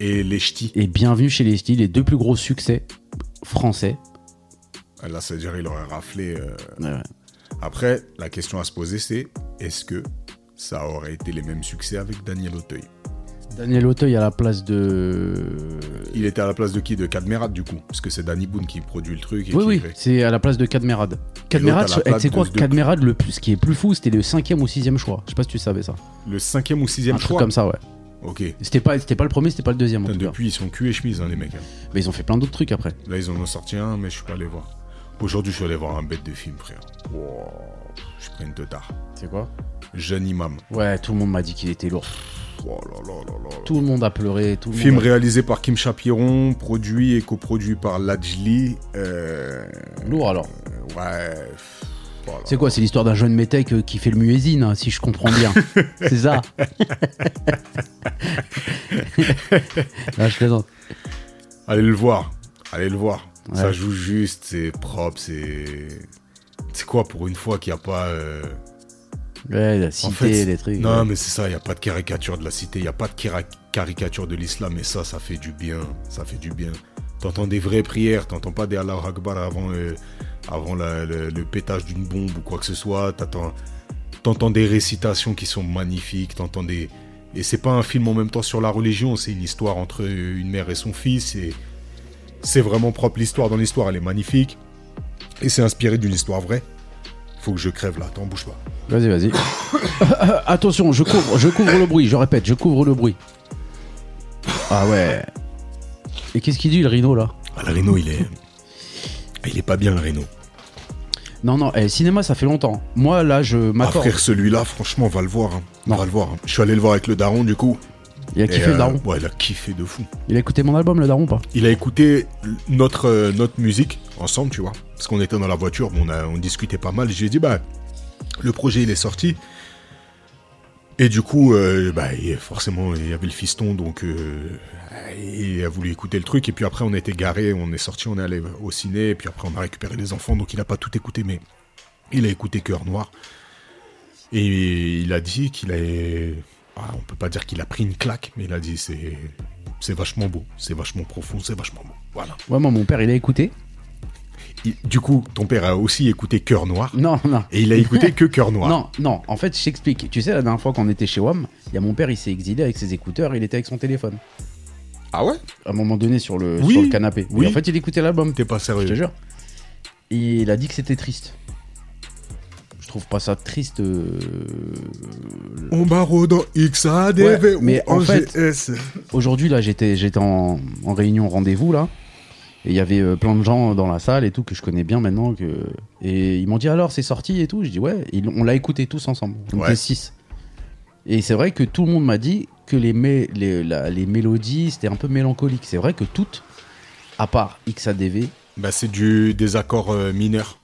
[SPEAKER 2] et les ch'tis.
[SPEAKER 3] et Bienvenue chez les Styles, les deux plus gros succès français.
[SPEAKER 2] Là, c'est-à-dire, il aurait raflé. euh.
[SPEAKER 3] Ouais, ouais.
[SPEAKER 2] Après, la question à se poser, c'est est-ce que ça aurait été les mêmes succès avec Daniel Auteuil
[SPEAKER 3] Daniel Auteuil à la place de.
[SPEAKER 2] Il était à la place de qui De Cadmerat, du coup Parce que c'est Danny Boone qui produit le truc. Et
[SPEAKER 3] Oui,
[SPEAKER 2] qui
[SPEAKER 3] oui,
[SPEAKER 2] crée.
[SPEAKER 3] c'est à la place de Cadmerad. Cadmerad,
[SPEAKER 2] l'autre à la
[SPEAKER 3] eh, tu sais
[SPEAKER 2] place
[SPEAKER 3] quoi
[SPEAKER 2] de ce deux.
[SPEAKER 3] Cadmerad, le plus, ce qui est plus fou, c'était le cinquième ou sixième choix. Je sais pas si tu savais ça.
[SPEAKER 2] Le cinquième ou
[SPEAKER 3] Un
[SPEAKER 2] sixième
[SPEAKER 3] truc
[SPEAKER 2] choix
[SPEAKER 3] comme ça, ouais.
[SPEAKER 2] Ok.
[SPEAKER 3] C'était pas, c'était pas le premier, c'était pas le deuxième en
[SPEAKER 2] Putain,
[SPEAKER 3] tout cas.
[SPEAKER 2] depuis, ils sont cul et chemise, hein, les mecs. hein.
[SPEAKER 3] Mais ils ont fait plein d'autres trucs après.
[SPEAKER 2] Là, ils en ont sorti un, mais je suis pas allé voir. Aujourd'hui, je suis allé voir un bête de film, frère. Wow, Je prends une tard.
[SPEAKER 3] C'est quoi
[SPEAKER 2] Jeune imam.
[SPEAKER 3] Ouais, tout le monde m'a dit qu'il était lourd.
[SPEAKER 2] Oh là là là là là.
[SPEAKER 3] Tout le monde a pleuré. Tout le
[SPEAKER 2] Film
[SPEAKER 3] monde
[SPEAKER 2] réalisé par Kim Chapiron, produit et coproduit par Lajli. Euh...
[SPEAKER 3] a... Lourd alors.
[SPEAKER 2] Ouais. pff, voilà.
[SPEAKER 3] C'est quoi C'est l'histoire d'un jeune métèque euh, qui fait le muezzin, hein, si je comprends bien. c'est ça. Là, je plaisante.
[SPEAKER 2] Allez le voir. Allez le voir.
[SPEAKER 3] Ouais.
[SPEAKER 2] Ça joue juste, c'est propre, c'est. C'est quoi pour une fois qu'il n'y a pas. euh,
[SPEAKER 3] Ouais, la cité,
[SPEAKER 2] fait,
[SPEAKER 3] les trucs.
[SPEAKER 2] Non,
[SPEAKER 3] ouais.
[SPEAKER 2] mais c'est ça, il n'y a pas de caricature de la cité, il n'y a pas de cari- caricature de l'islam, et ça, ça fait du bien. Ça fait du bien. T'entends des vraies prières, t'entends pas des Allah Akbar avant, euh, avant la- le, le pétage d'une bombe ou quoi que ce soit. t'attends- T'entends des récitations qui sont magnifiques, t'entends des. Et c'est pas un film en même temps sur la religion, c'est une histoire entre euh, une mère et son fils, et c'est vraiment propre. L'histoire dans l'histoire, elle est magnifique, et c'est inspiré d'une histoire vraie. Faut que je crève là, t'en bouge pas.
[SPEAKER 3] Vas-y, vas-y. Attention, je couvre, je couvre le bruit, je répète, je couvre le bruit. Ah ouais. Et qu'est-ce qu'il dit le rhino là
[SPEAKER 2] Ah, le Rhino, il est. Ah, Il est pas bien, le Rhino.
[SPEAKER 3] Non, non, eh, cinéma ça fait longtemps. Moi là, je
[SPEAKER 2] Ah,
[SPEAKER 3] m'attends.
[SPEAKER 2] frère, celui-là, franchement, va le voir. hein.
[SPEAKER 3] Non.
[SPEAKER 2] Va le voir. hein. Je suis allé le voir avec le daron, du coup.
[SPEAKER 3] Il a
[SPEAKER 2] Et,
[SPEAKER 3] kiffé le
[SPEAKER 2] euh,
[SPEAKER 3] daron.
[SPEAKER 2] Ouais, il a kiffé de fou.
[SPEAKER 3] Il a écouté mon album, le daron, pas
[SPEAKER 2] Il a écouté l- notre, euh, notre musique ensemble, tu vois. Parce qu'on était dans la voiture, mais on, a, on discutait pas mal. Et je lui ai dit, bah, le projet, il est sorti. Et du coup, euh, bah, et forcément, il y avait le fiston, donc euh, il a voulu écouter le truc. Et puis après, on était garé, on est sorti, on est allé au ciné. Et puis après, on a récupéré les enfants, donc il n'a pas tout écouté, mais il a écouté Cœur Noir. Et il a dit qu'il a. ah, on peut pas dire qu'il a pris une claque, mais il a dit c'est c'est vachement beau, c'est vachement profond, c'est vachement beau. Voilà.
[SPEAKER 3] Ouais, moi, mon père, il a écouté.
[SPEAKER 2] Il- du coup, ton père a aussi écouté Cœur Noir.
[SPEAKER 3] Non, non.
[SPEAKER 2] Et il a écouté que Cœur Noir.
[SPEAKER 3] Non, non, en fait, je t'explique. Tu sais, la dernière fois qu'on était chez WAM, il y a mon père, il s'est exilé avec ses écouteurs, il était avec son téléphone.
[SPEAKER 2] Ah ouais
[SPEAKER 3] À un moment donné, sur le,
[SPEAKER 2] Oui,
[SPEAKER 3] sur le canapé.
[SPEAKER 2] oui.
[SPEAKER 3] Et en fait, il écoutait l'album,
[SPEAKER 2] T'es pas sérieux.
[SPEAKER 3] je te jure. Et il a dit que c'était triste. Je trouve pas ça triste. euh,
[SPEAKER 2] On barre dans XADV
[SPEAKER 3] Ouais,
[SPEAKER 2] ou
[SPEAKER 3] mais en
[SPEAKER 2] en
[SPEAKER 3] fait-
[SPEAKER 2] GS.
[SPEAKER 3] Aujourd'hui, là, j'étais j'étais en, en réunion rendez-vous, là. Et il y avait euh, plein de gens dans la salle et tout que je connais bien maintenant. Que... Et ils m'ont dit alors, c'est sorti et tout. Je dis ouais, Et ils- on l'a écouté tous ensemble. On
[SPEAKER 2] Ouais.
[SPEAKER 3] était six. Et c'est vrai que tout le monde m'a dit que les, mé- les, la- les mélodies, c'était un peu mélancolique. C'est vrai que toutes, à part XADV,
[SPEAKER 2] Bah, c'est du des accords euh, mineurs.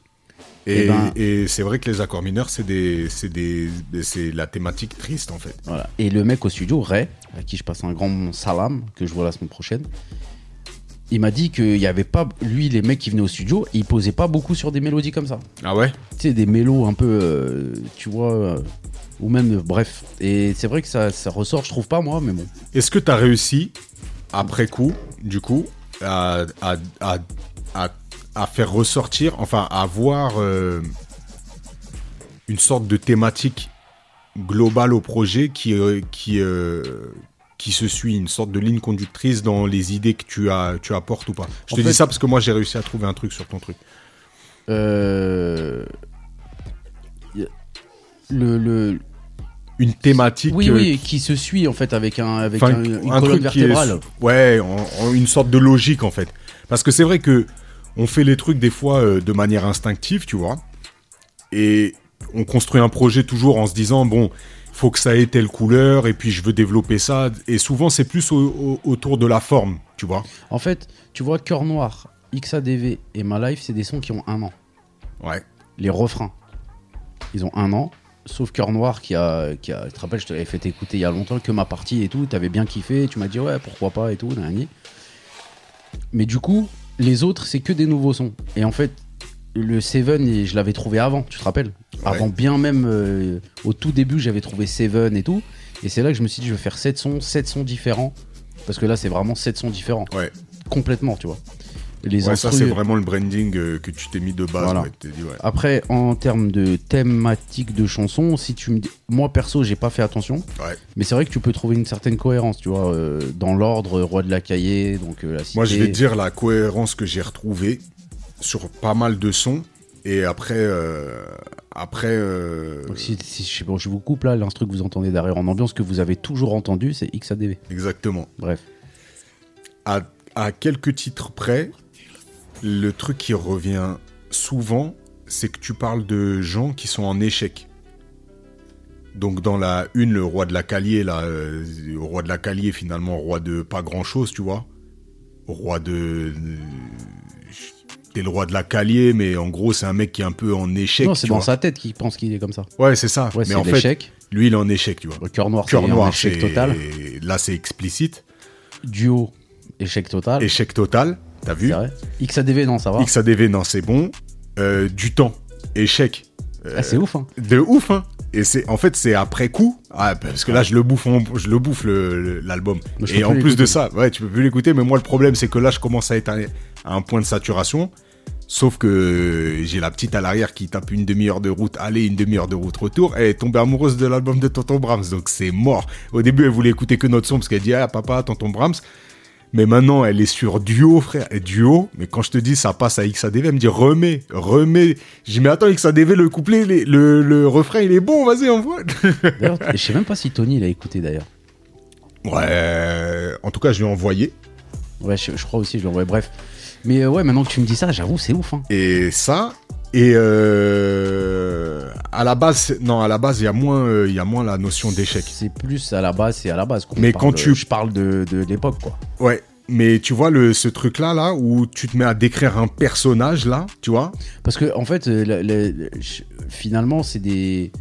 [SPEAKER 2] Et,
[SPEAKER 3] Eh ben-
[SPEAKER 2] et c'est vrai que les accords mineurs, c'est des, c'est des, c'est la thématique triste en fait.
[SPEAKER 3] Voilà. Et le mec au studio, Ray, à qui je passe un grand salam, que je vois la semaine prochaine, il m'a dit qu'il n'y avait pas. Lui, les mecs qui venaient au studio, ils posaient pas beaucoup sur des mélodies comme ça.
[SPEAKER 2] Ah ouais
[SPEAKER 3] Tu sais, des mélos un peu. euh, tu vois. euh, ou même. euh, bref. Et c'est vrai que ça, ça ressort, je trouve pas moi, mais bon.
[SPEAKER 2] Est-ce que t'as réussi après coup, du coup, à, à, à, à- à faire ressortir, enfin, à avoir euh, une sorte de thématique globale au projet qui euh, qui euh, qui se suit une sorte de ligne conductrice dans les idées que tu as tu apportes ou pas. Je
[SPEAKER 3] En
[SPEAKER 2] te
[SPEAKER 3] fait-
[SPEAKER 2] dis ça parce que moi j'ai réussi à trouver un truc sur ton truc.
[SPEAKER 3] Euh, y- le, le-
[SPEAKER 2] une thématique.
[SPEAKER 3] oui,
[SPEAKER 2] euh,
[SPEAKER 3] oui, qui se suit en fait avec, un, avec
[SPEAKER 2] enfin,
[SPEAKER 3] un- une
[SPEAKER 2] un
[SPEAKER 3] colonne
[SPEAKER 2] truc qui est-
[SPEAKER 3] vertébrale.
[SPEAKER 2] ouais, en- en une sorte de logique en fait. Parce que c'est vrai que on fait les trucs des fois euh, de manière instinctive, tu vois. Et on construit un projet toujours en se disant bon, faut que ça ait telle couleur et puis je veux développer ça. Et souvent c'est plus au- au- autour de la forme, tu vois.
[SPEAKER 3] En fait, tu vois, Cœur Noir, XADV et Ma Life, c'est des sons qui ont un an.
[SPEAKER 2] Ouais.
[SPEAKER 3] les refrains, ils ont un an. Sauf Cœur Noir qui a, qui a. Je te rappelle, je te l'avais fait écouter il y a longtemps que ma partie et tout. T'avais bien kiffé. et Tu m'as dit ouais, pourquoi pas et tout. nanani. Mais du coup, les autres, c'est que des nouveaux sons. Et en fait, le Seven, il- je l'avais trouvé avant, tu te rappelles Avant bien même. euh, au tout début, j'avais trouvé Seven et tout. Et c'est là que je me suis dit, je vais faire 7 sons, 7 sons différents. Parce que là, c'est vraiment 7 sons différents.
[SPEAKER 2] Ouais.
[SPEAKER 3] Complètement, tu vois. Les
[SPEAKER 2] Ouais, ça
[SPEAKER 3] instrus-
[SPEAKER 2] c'est vraiment le branding euh, que tu t'es mis de base.
[SPEAKER 3] Voilà.
[SPEAKER 2] ouais, t'es dit, ouais.
[SPEAKER 3] après, en termes de thématique de chansons, si tu me dis- moi perso, j'ai pas fait attention,
[SPEAKER 2] Ouais.
[SPEAKER 3] mais c'est vrai que tu peux trouver une certaine cohérence, tu vois, euh, dans l'ordre, euh, roi de la cahier, donc euh, la cité.
[SPEAKER 2] Moi, je vais te dire la cohérence que j'ai retrouvée sur pas mal de sons. Et après, euh, après, euh,
[SPEAKER 3] Donc, si, si- je, sais pas, je vous coupe là, l'instru que vous entendez derrière en ambiance que vous avez toujours entendu, c'est XADV.
[SPEAKER 2] exactement.
[SPEAKER 3] Bref.
[SPEAKER 2] À, à quelques titres près, le truc qui revient souvent, c'est que tu parles de gens qui sont en échec. Donc dans la une, le roi de la Calier, là, euh, roi de la Calier, finalement, roi de pas grand chose, tu vois. Roi de. euh, T'es le roi de la Calier, mais en gros, c'est un mec qui est un peu en échec.
[SPEAKER 3] non, c'est
[SPEAKER 2] tu
[SPEAKER 3] dans
[SPEAKER 2] vois.
[SPEAKER 3] sa tête qu'il pense qu'il est comme ça.
[SPEAKER 2] Ouais, c'est ça.
[SPEAKER 3] Ouais,
[SPEAKER 2] mais
[SPEAKER 3] c'est
[SPEAKER 2] en fait,
[SPEAKER 3] l'échec.
[SPEAKER 2] lui, il est en échec, tu vois.
[SPEAKER 3] Le cœur noir, c'est
[SPEAKER 2] Cœur
[SPEAKER 3] un
[SPEAKER 2] noir,
[SPEAKER 3] échec
[SPEAKER 2] c'est
[SPEAKER 3] total.
[SPEAKER 2] Là, c'est explicite.
[SPEAKER 3] Duo, échec total.
[SPEAKER 2] Échec total, t'as
[SPEAKER 3] C'est
[SPEAKER 2] vu
[SPEAKER 3] vrai. XADV, non, ça va.
[SPEAKER 2] XADV, non, c'est bon. Euh, du temps, échec.
[SPEAKER 3] Ah, c'est ouf, hein.
[SPEAKER 2] De ouf, hein Et c'est, en fait, c'est après coup. Ah, parce que là, je le bouffe, en- je le bouffe le- le- l'album.
[SPEAKER 3] Mais je peux
[SPEAKER 2] Et en
[SPEAKER 3] plus
[SPEAKER 2] plus de
[SPEAKER 3] l'écouter.
[SPEAKER 2] ça, ouais, tu peux plus l'écouter. Mais moi, le problème, c'est que là, je commence à être à à un point de saturation. Sauf que euh, j'ai la petite à l'arrière qui tape une demi-heure de route aller, une demi-heure de route retour. Elle est tombée amoureuse de l'album de Tonton Brahms, donc c'est mort. Au début, elle voulait écouter que notre son parce qu'elle dit Ah, papa, Tonton Brahms. Mais maintenant, elle est sur duo, frère. Et duo, mais quand je te dis ça passe à XADV, elle me dit remets, remets. J'ai dit, mais attends, XADV, le couplet, les- le, le refrain, il est bon, vas-y, envoie.
[SPEAKER 3] D'ailleurs, je sais même pas si Tony l'a écouté d'ailleurs.
[SPEAKER 2] ouais, en tout cas, je lui ai envoyé.
[SPEAKER 3] Ouais, je, je crois aussi, je l'envoie. Bref. Mais euh, ouais, maintenant que tu me dis ça, j'avoue, c'est ouf, hein.
[SPEAKER 2] Et ça, et euh, à la base, c'est- non, à la base, il y, a moins, euh, il y a moins la notion d'échec.
[SPEAKER 3] C'est plus à la base, c'est à la base. qu'on
[SPEAKER 2] Mais
[SPEAKER 3] parle. euh,
[SPEAKER 2] quand tu-
[SPEAKER 3] Je parle de, de l'époque, quoi.
[SPEAKER 2] Ouais. Mais tu vois, le, ce truc-là, là, où tu te mets à décrire un personnage, là, tu vois
[SPEAKER 3] Parce que, en fait, euh, le- le- le- je- finalement, c'est des.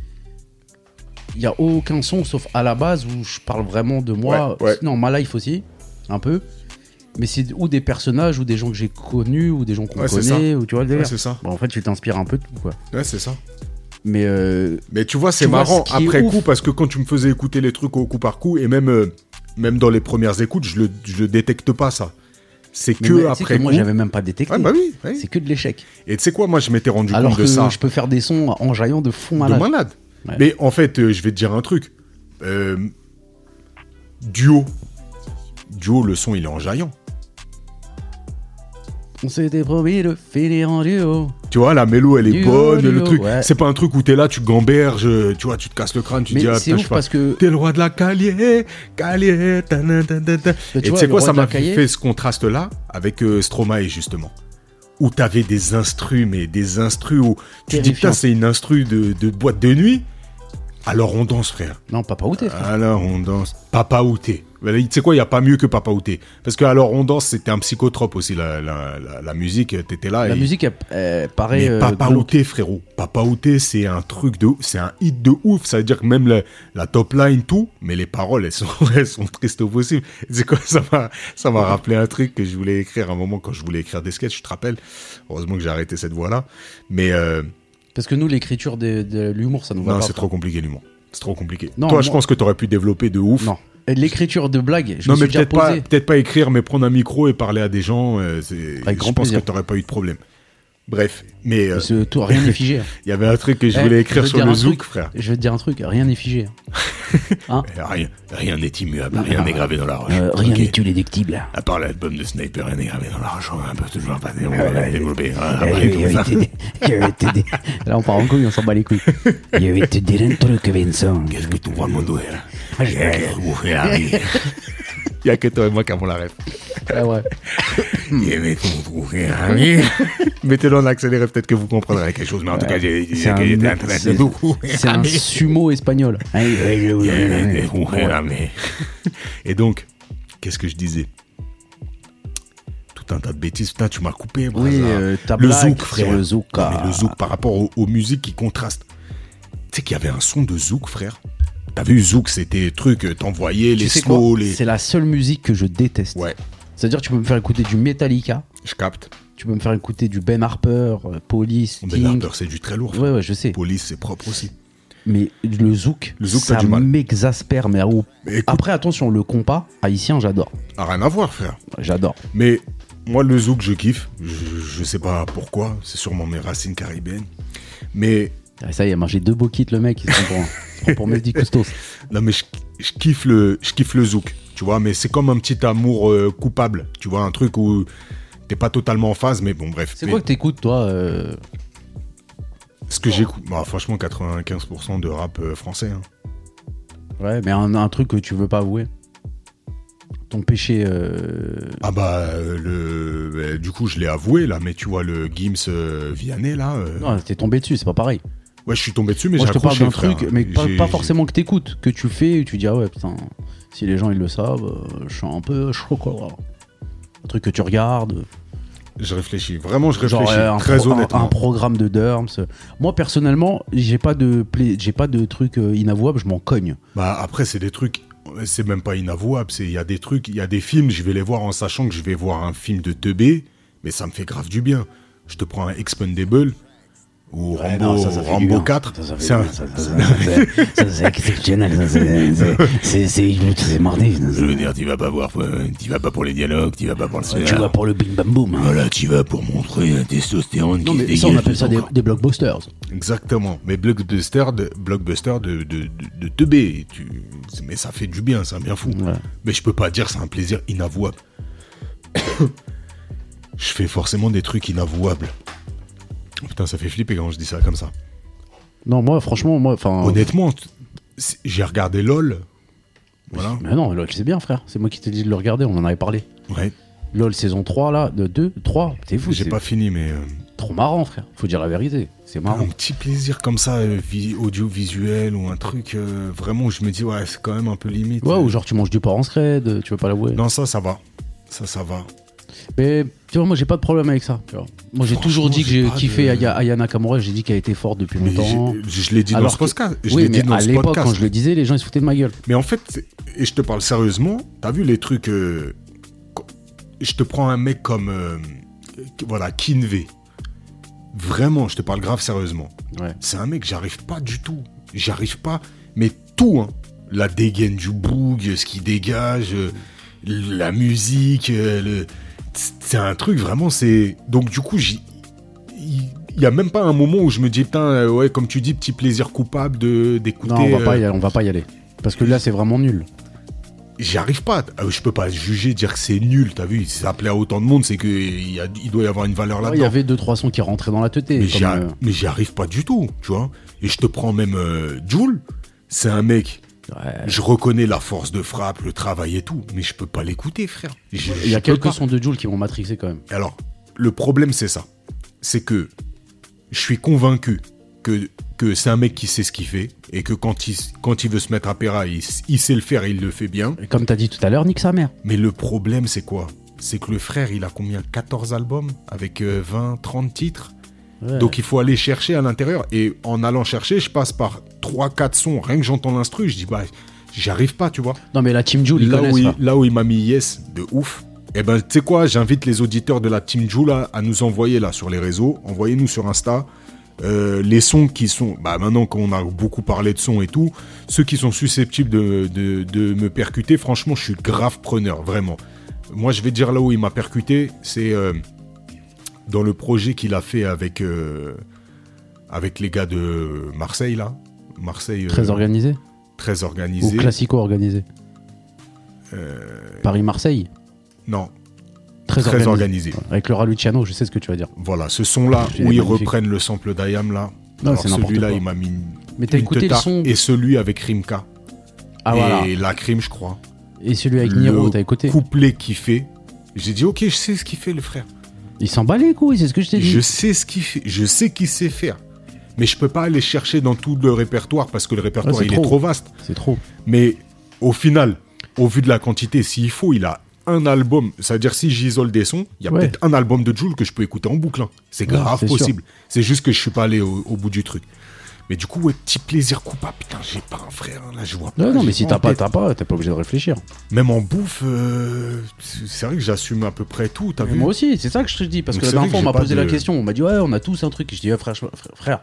[SPEAKER 3] Il n'y a aucun son, sauf à la base où je parle vraiment de moi.
[SPEAKER 2] Ouais, ouais.
[SPEAKER 3] Non, ma life aussi, un peu. Mais c'est ou des personnages, ou des gens que j'ai connus, ou des gens qu'on
[SPEAKER 2] Ouais, c'est
[SPEAKER 3] connaît, ou tu vois le
[SPEAKER 2] Ouais,
[SPEAKER 3] délire.
[SPEAKER 2] c'est ça.
[SPEAKER 3] Bon, en fait, tu t'inspires un peu de tout, quoi.
[SPEAKER 2] Ouais, c'est ça.
[SPEAKER 3] Mais euh,
[SPEAKER 2] Mais tu vois, c'est
[SPEAKER 3] Tu vois,
[SPEAKER 2] marrant
[SPEAKER 3] ce qui est
[SPEAKER 2] après
[SPEAKER 3] ouf.
[SPEAKER 2] coup parce que quand tu me faisais écouter les trucs au coup par coup et même euh, même dans les premières écoutes, je le je le détecte pas ça. C'est
[SPEAKER 3] mais
[SPEAKER 2] que
[SPEAKER 3] moi, tu sais
[SPEAKER 2] après
[SPEAKER 3] que moi,
[SPEAKER 2] coup-
[SPEAKER 3] j'avais même pas détecté.
[SPEAKER 2] Ah bah oui. oui.
[SPEAKER 3] C'est que de l'échec.
[SPEAKER 2] Et tu sais quoi, moi je m'étais rendu
[SPEAKER 3] Alors
[SPEAKER 2] compte
[SPEAKER 3] que
[SPEAKER 2] de ça
[SPEAKER 3] je peux faire des sons en jaillant de fond
[SPEAKER 2] de
[SPEAKER 3] malade.
[SPEAKER 2] malade.
[SPEAKER 3] Ouais.
[SPEAKER 2] Mais en fait, euh, je vais te dire un truc. Euh, duo. Duo, le son, il est en jaillant.
[SPEAKER 3] On s'était promis de finir en duo.
[SPEAKER 2] Tu vois, la mélo, elle est
[SPEAKER 3] Duo,
[SPEAKER 2] bonne,
[SPEAKER 3] duo,
[SPEAKER 2] le truc.
[SPEAKER 3] ouais.
[SPEAKER 2] C'est pas un truc où t'es là, tu gamberges, euh, tu vois, tu te casses le crâne, tu
[SPEAKER 3] mais
[SPEAKER 2] dis, ah, putain,
[SPEAKER 3] c'est
[SPEAKER 2] je
[SPEAKER 3] ouf
[SPEAKER 2] sais pas.
[SPEAKER 3] parce que.
[SPEAKER 2] T'es le roi de la calier, calier, ta, na, ta, ta, ta.
[SPEAKER 3] Mais bah, tu
[SPEAKER 2] Et tu
[SPEAKER 3] vois,
[SPEAKER 2] sais
[SPEAKER 3] le
[SPEAKER 2] quoi,
[SPEAKER 3] roi
[SPEAKER 2] ça
[SPEAKER 3] de la
[SPEAKER 2] m'a
[SPEAKER 3] cahier-
[SPEAKER 2] fait ce contraste-là avec euh, Stromae, justement. Où t'avais des instrus, mais des instrus où tu te dis,
[SPEAKER 3] Terrifiant.
[SPEAKER 2] putain, c'est une instru de, de boîte de nuit. Alors on danse, frère.
[SPEAKER 3] Non, Papa Outé, frère.
[SPEAKER 2] Alors on danse. Papa outé. Voilà, Tu sais quoi, il n'y a pas mieux que Papa outé. Parce que alors on danse, c'était un psychotrope aussi, la, la, la, la musique, t'étais là.
[SPEAKER 3] La
[SPEAKER 2] et-
[SPEAKER 3] musique, elle, elle paraît.
[SPEAKER 2] Ah, mais
[SPEAKER 3] euh,
[SPEAKER 2] Papa
[SPEAKER 3] glauque.
[SPEAKER 2] outé, frérot. Papa outé, c'est un truc de ouf, c'est un hit de ouf. Ça veut dire que même la, la top line, tout, mais les paroles, elles sont, elles sont tristes au possible. C'est quoi, ça m'a, ça m'a rappelé un truc que je voulais écrire à un moment quand je voulais écrire des sketchs, je te rappelle. Heureusement que j'ai arrêté cette voie-là. Mais, euh,
[SPEAKER 3] Parce que nous, l'écriture de, de l'humour, ça nous va
[SPEAKER 2] non,
[SPEAKER 3] pas.
[SPEAKER 2] c'est
[SPEAKER 3] frère.
[SPEAKER 2] trop compliqué, l'humour. C'est trop compliqué.
[SPEAKER 3] Non,
[SPEAKER 2] Toi, je
[SPEAKER 3] moi-
[SPEAKER 2] pense que t'aurais pu développer de ouf.
[SPEAKER 3] Non. Et L'écriture de blagues, je
[SPEAKER 2] non,
[SPEAKER 3] me
[SPEAKER 2] mais
[SPEAKER 3] suis déjà
[SPEAKER 2] peut-être pas,
[SPEAKER 3] posé.
[SPEAKER 2] peut-être pas écrire, mais prendre un micro et parler à des gens. euh, c'est-
[SPEAKER 3] Avec
[SPEAKER 2] je
[SPEAKER 3] grand
[SPEAKER 2] pense
[SPEAKER 3] plaisir.
[SPEAKER 2] que t'aurais pas eu de problème. Bref, mais euh,
[SPEAKER 3] Parce que tout, rien n'est figé. hein.
[SPEAKER 2] il y avait un truc que je
[SPEAKER 3] Eh,
[SPEAKER 2] voulais
[SPEAKER 3] je
[SPEAKER 2] écrire
[SPEAKER 3] veux
[SPEAKER 2] sur
[SPEAKER 3] dire
[SPEAKER 2] le
[SPEAKER 3] un
[SPEAKER 2] zouk,
[SPEAKER 3] truc.
[SPEAKER 2] frère.
[SPEAKER 3] Je vais te dire un truc, rien n'est figé.
[SPEAKER 2] Eh, Rien rien n'est immuable, rien n'est gravé dans la roche.
[SPEAKER 3] Euh, rien
[SPEAKER 2] Ok. Ah,
[SPEAKER 3] n'est indétectible.
[SPEAKER 2] À part l'album de Sniper, rien n'est gravé dans la roche. On peut toujours pas
[SPEAKER 3] Ah
[SPEAKER 2] on va pas développer. hein,
[SPEAKER 3] Euh,
[SPEAKER 2] après tout
[SPEAKER 3] je vais
[SPEAKER 2] ça.
[SPEAKER 3] te dire- je vais te dire- Là, on part en couille, on s'en bat les couilles. Je vais te dire un truc, Vincent.
[SPEAKER 2] Qu'est-ce que tu vois, mon doué là
[SPEAKER 3] Ah, je-
[SPEAKER 2] Qu'est-ce que vous faites, Harry Il y a que toi et moi qui avons la ref.
[SPEAKER 3] Ah ouais.
[SPEAKER 2] Eh, mais vous trouvez, Harry Mettez-le en accéléré, peut-être que vous comprendrez quelque chose. Mais en tout cas, j'ai
[SPEAKER 3] Euh, C'est
[SPEAKER 2] j'ai-
[SPEAKER 3] un,
[SPEAKER 2] j'ai été intéressé beaucoup.
[SPEAKER 3] c'est un sumo espagnol.
[SPEAKER 2] Et donc, qu'est-ce que je disais Tout un tas de bêtises. Putain, tu m'as coupé.
[SPEAKER 3] Oui,
[SPEAKER 2] Braza.
[SPEAKER 3] euh, ta
[SPEAKER 2] le
[SPEAKER 3] blague
[SPEAKER 2] zouk,
[SPEAKER 3] sur
[SPEAKER 2] frère.
[SPEAKER 3] le zouk,
[SPEAKER 2] Non,
[SPEAKER 3] ah.
[SPEAKER 2] mais le zouk par rapport au- aux musiques qui contrastent. Tu sais qu'il y avait un son de zouk, frère. T'as vu, zouk, c'était truc, euh, t'envoyais les
[SPEAKER 3] Tu sais quoi
[SPEAKER 2] slow, les.
[SPEAKER 3] C'est la seule musique que je déteste.
[SPEAKER 2] Ouais,
[SPEAKER 3] C'est-à-dire, tu peux me faire écouter du Metallica,
[SPEAKER 2] je capte.
[SPEAKER 3] tu peux me faire écouter du Ben Harper, euh, Police,
[SPEAKER 2] Mais Oh,
[SPEAKER 3] Sting.
[SPEAKER 2] Ben Harper, c'est du très lourd. frère.
[SPEAKER 3] Ouais, ouais, je sais.
[SPEAKER 2] Police, c'est propre aussi.
[SPEAKER 3] Mais le zouk,
[SPEAKER 2] Le zouk, t'as
[SPEAKER 3] ça
[SPEAKER 2] du mal.
[SPEAKER 3] m'exaspère. Mais à où
[SPEAKER 2] Mais écoute,
[SPEAKER 3] Après, attention, le compas haïtien, j'adore.
[SPEAKER 2] Ah, rien à voir, frère.
[SPEAKER 3] J'adore.
[SPEAKER 2] Mais moi, le zouk, je kiffe. Je, je sais pas pourquoi. C'est sûrement mes racines caribéennes. Mais
[SPEAKER 3] Ah, Ça y est, il a mangé deux beaux kits, le mec. Il se prend pour, un- il se prend pour Mehdi Custos.
[SPEAKER 2] Non, mais je, je kiffe le, je kiffe le zouk, tu vois, mais c'est comme un petit amour euh, coupable, tu vois, un truc où t'es pas totalement en phase, mais bon, bref.
[SPEAKER 3] C'est
[SPEAKER 2] Mais
[SPEAKER 3] quoi que t'écoutes, toi euh,
[SPEAKER 2] Ce que j'écoute, bah, franchement, 95% de rap euh, français. hein.
[SPEAKER 3] Ouais, mais un, un truc que tu veux pas avouer. Ton péché. euh,
[SPEAKER 2] Ah bah, euh, le, euh, du coup, je l'ai avoué, là, mais tu vois, le Gims euh, Vianney, là, euh,
[SPEAKER 3] Non, t'es tombé dessus, c'est pas pareil.
[SPEAKER 2] ouais, je suis tombé dessus, mais
[SPEAKER 3] Moi,
[SPEAKER 2] j'ai
[SPEAKER 3] je te parle
[SPEAKER 2] accroché,
[SPEAKER 3] d'un
[SPEAKER 2] frère.
[SPEAKER 3] truc, mais pas,
[SPEAKER 2] J'ai-
[SPEAKER 3] pas forcément que t'écoutes, que tu fais, et tu dis, ah ouais, putain, si les gens ils le savent, euh, je suis un peu chaud, quoi. voilà. Un truc que tu regardes,
[SPEAKER 2] j'ai- Je réfléchis, vraiment, je
[SPEAKER 3] genre
[SPEAKER 2] réfléchis,
[SPEAKER 3] euh, un,
[SPEAKER 2] très
[SPEAKER 3] pro- un-
[SPEAKER 2] honnêtement.
[SPEAKER 3] un programme de Derms. Moi, personnellement, j'ai pas de, pla- j'ai pas de truc euh, inavouable, je m'en cogne.
[SPEAKER 2] Bah après c'est des trucs c'est même pas inavouable, c'est il y a des trucs, il y a des films, je vais les voir en sachant que je vais voir un film de teubé, mais ça me fait grave du bien. Je te prends un Expendable ou
[SPEAKER 3] Ouais,
[SPEAKER 2] Rambo
[SPEAKER 3] non, ça, ça fait du
[SPEAKER 2] Rambo
[SPEAKER 3] bien.
[SPEAKER 2] 4,
[SPEAKER 3] Ça, ça fait
[SPEAKER 2] c'est un-
[SPEAKER 3] du bien, ça, ça, ça, ça, ça, c'est exceptionnel. ça, c'est- c'est- c'est- C'est c'est mardi. ça,
[SPEAKER 2] je
[SPEAKER 3] c'est-
[SPEAKER 2] veux dire, tu vas pas voir, euh, t'y vas pas pour les dialogues, tu vas pas pour le
[SPEAKER 3] Tu
[SPEAKER 2] scénar.
[SPEAKER 3] vois pour le bim bam boom. hein.
[SPEAKER 2] Voilà, tu vas pour montrer la testostérone
[SPEAKER 3] Non
[SPEAKER 2] qui
[SPEAKER 3] mais
[SPEAKER 2] se
[SPEAKER 3] ça on
[SPEAKER 2] dégage
[SPEAKER 3] appelle
[SPEAKER 2] de
[SPEAKER 3] ça
[SPEAKER 2] ton
[SPEAKER 3] des,
[SPEAKER 2] corps.
[SPEAKER 3] des blockbusters.
[SPEAKER 2] Exactement, mais blockbuster de blockbuster de de, de, de teubé, tu mais ça fait du bien, c'est un bien fou.
[SPEAKER 3] Ouais.
[SPEAKER 2] Mais je peux pas dire c'est un plaisir inavouable. je fais forcément des trucs inavouables. Oh, Putain, ça fait flipper quand je dis ça comme ça.
[SPEAKER 3] Non moi franchement moi enfin.
[SPEAKER 2] Honnêtement, t- c'est- j'ai regardé LOL. Voilà.
[SPEAKER 3] Mais non LOL c'est bien frère. C'est moi qui t'ai dit de le regarder. On en avait parlé.
[SPEAKER 2] Ouais.
[SPEAKER 3] LOL saison 3 là de 2 3 T'es fou.
[SPEAKER 2] J'ai
[SPEAKER 3] C'est
[SPEAKER 2] pas fini, mais euh,
[SPEAKER 3] trop marrant frère. Faut dire la vérité. C'est marrant.
[SPEAKER 2] un petit plaisir comme ça, euh, vi- audiovisuel ou un truc euh, vraiment où je me dis ouais, c'est quand même un peu limite.
[SPEAKER 3] Ouais ou genre tu manges du porc en scred. Tu veux pas l'avouer.
[SPEAKER 2] Non, ça, ça va. Ça, ça va.
[SPEAKER 3] Mais tu vois, moi j'ai pas de problème avec ça. tu vois. Moi j'ai
[SPEAKER 2] Franchement,
[SPEAKER 3] toujours dit que
[SPEAKER 2] j'ai
[SPEAKER 3] j'ai
[SPEAKER 2] pas
[SPEAKER 3] kiffé
[SPEAKER 2] de-
[SPEAKER 3] Aya, Aya Nakamura, j'ai dit qu'elle était forte depuis
[SPEAKER 2] Mais
[SPEAKER 3] longtemps.
[SPEAKER 2] j'ai- je l'ai dit dans
[SPEAKER 3] Alors
[SPEAKER 2] ce
[SPEAKER 3] que-
[SPEAKER 2] podcast. Je
[SPEAKER 3] Oui,
[SPEAKER 2] l'ai dit
[SPEAKER 3] mais
[SPEAKER 2] dans
[SPEAKER 3] à
[SPEAKER 2] ce
[SPEAKER 3] l'époque,
[SPEAKER 2] podcast.
[SPEAKER 3] quand je le disais, les gens ils se foutaient de ma gueule.
[SPEAKER 2] Mais en fait, c'est- et je te parle sérieusement, t'as vu les trucs. euh, co- je te prends un mec comme. euh, voilà, Kinvey. Vraiment, je te parle grave sérieusement.
[SPEAKER 3] Ouais.
[SPEAKER 2] C'est un mec, j'arrive pas du tout. J'arrive pas. Mais tout, hein. La dégaine du boug, ce qui dégage, euh, la musique, euh, le- c'est un truc vraiment, c'est. Donc du coup, j'y- il il y a même pas un moment où je me dis, putain, euh, ouais, comme tu dis, petit plaisir coupable de- d'écouter.
[SPEAKER 3] Non, on va,
[SPEAKER 2] euh,
[SPEAKER 3] pas y aller, on va pas y aller. Parce que là, c'est vraiment nul.
[SPEAKER 2] J'y arrive pas. Euh, Je peux pas juger, dire que c'est nul. T'as vu, ça plaît à autant de monde, c'est qu'il y a- il doit y avoir une valeur
[SPEAKER 3] Il y
[SPEAKER 2] Ah, là-dedans.
[SPEAKER 3] avait deux trois sons qui rentraient dans la teuté.
[SPEAKER 2] mais
[SPEAKER 3] comme,
[SPEAKER 2] j'y a-
[SPEAKER 3] euh,
[SPEAKER 2] mais j'y arrive pas du tout, tu vois. Et je te prends même euh, Jules. C'est un mec.
[SPEAKER 3] ouais.
[SPEAKER 2] Je reconnais la force de frappe, le travail et tout, mais je peux pas l'écouter, frère. Je-
[SPEAKER 3] Il y
[SPEAKER 2] je
[SPEAKER 3] a
[SPEAKER 2] peux
[SPEAKER 3] quelques
[SPEAKER 2] pas.
[SPEAKER 3] sons de Jules qui m'ont matrixé quand même.
[SPEAKER 2] Alors, le problème, c'est ça. C'est que je suis convaincu que, que c'est un mec qui sait ce qu'il fait et que quand il, quand il veut se mettre à Péra, il, s- il sait le faire et il le fait bien.
[SPEAKER 3] Et Comme t'as dit tout à l'heure, nique sa mère.
[SPEAKER 2] Mais le problème, c'est quoi C'est que le frère, il a combien 14 albums avec euh, 20, 30 titres
[SPEAKER 3] Ouais.
[SPEAKER 2] donc il faut aller chercher à l'intérieur. Et en allant chercher, je passe par 3-4 sons. Rien que j'entends l'instru, je dis, bah, j'arrive pas, tu vois.
[SPEAKER 3] non mais la team Jules, ils
[SPEAKER 2] là,
[SPEAKER 3] connaissent
[SPEAKER 2] où il,
[SPEAKER 3] pas.
[SPEAKER 2] là où il m'a mis yes de ouf. Eh ben, tu sais quoi, j'invite les auditeurs de la Team Joula à nous envoyer là sur les réseaux, envoyez-nous sur Insta euh, les sons qui sont, bah maintenant qu'on a beaucoup parlé de sons et tout, ceux qui sont susceptibles de, de- de me percuter, franchement, je suis grave preneur, vraiment. Moi, je vais dire là où il m'a percuté, c'est euh, dans le projet qu'il a fait avec, euh, avec les gars de Marseille là. Marseille euh,
[SPEAKER 3] Très organisé.
[SPEAKER 2] très
[SPEAKER 3] Ou
[SPEAKER 2] organisé. euh,
[SPEAKER 3] classico organisé. Paris-Marseille.
[SPEAKER 2] Non,
[SPEAKER 3] Très,
[SPEAKER 2] très
[SPEAKER 3] organisé.
[SPEAKER 2] organisé.
[SPEAKER 3] Ouais, Avec Laura Luciano, je sais ce que tu vas dire.
[SPEAKER 2] Voilà, ce son-là
[SPEAKER 3] Il est
[SPEAKER 2] où ils
[SPEAKER 3] magnifique.
[SPEAKER 2] reprennent le sample d'Ayam là.
[SPEAKER 3] Non,
[SPEAKER 2] Alors
[SPEAKER 3] c'est n'importe
[SPEAKER 2] celui-là,
[SPEAKER 3] quoi.
[SPEAKER 2] il m'a mis une,
[SPEAKER 3] Mais t'as
[SPEAKER 2] une
[SPEAKER 3] écouté le
[SPEAKER 2] teutard.
[SPEAKER 3] son.
[SPEAKER 2] et celui avec Rimka
[SPEAKER 3] Ah
[SPEAKER 2] et
[SPEAKER 3] voilà.
[SPEAKER 2] la crime, je crois.
[SPEAKER 3] Et celui avec
[SPEAKER 2] le
[SPEAKER 3] Niro, t'as écouté.
[SPEAKER 2] Couplet qu'il fait. J'ai dit OK, je sais ce qu'il fait le frère.
[SPEAKER 3] Il s'en bat les couilles, c'est ce que je t'ai dit.
[SPEAKER 2] Je sais ce qu'il fait, je sais qu'il sait faire. Mais je peux pas aller chercher dans tout le répertoire parce que le répertoire
[SPEAKER 3] Ah, c'est
[SPEAKER 2] il est
[SPEAKER 3] trop.
[SPEAKER 2] trop vaste.
[SPEAKER 3] C'est trop.
[SPEAKER 2] Mais au final, au vu de la quantité, s'il faut, il a un album. C'est-à-dire, si j'isole des sons, il y a
[SPEAKER 3] Ouais.
[SPEAKER 2] peut-être un album de Joule que je peux écouter en boucle. hein. C'est grave
[SPEAKER 3] c'est sûr.
[SPEAKER 2] possible. C'est juste que je suis pas allé au, au bout du truc. Mais du coup, ouais, petit plaisir coupable. Putain, j'ai pas un frère, hein, là, je vois pas.
[SPEAKER 3] Non, non,
[SPEAKER 2] j'ai
[SPEAKER 3] mais si
[SPEAKER 2] en
[SPEAKER 3] t'as pas,
[SPEAKER 2] tête.
[SPEAKER 3] t'as pas, t'es pas obligé de réfléchir.
[SPEAKER 2] Même en bouffe, euh, c'est c'est vrai que j'assume à peu près tout, t'as
[SPEAKER 3] Mais
[SPEAKER 2] vu
[SPEAKER 3] moi aussi, c'est ça que je te dis. Parce
[SPEAKER 2] Donc
[SPEAKER 3] que la
[SPEAKER 2] c'est vrai
[SPEAKER 3] dernière fois, on
[SPEAKER 2] que
[SPEAKER 3] m'a
[SPEAKER 2] j'ai pas
[SPEAKER 3] posé la
[SPEAKER 2] de-
[SPEAKER 3] question. On m'a dit, ouais, on a tous un truc. Et je dis, ouais, frère, je- frère, frère,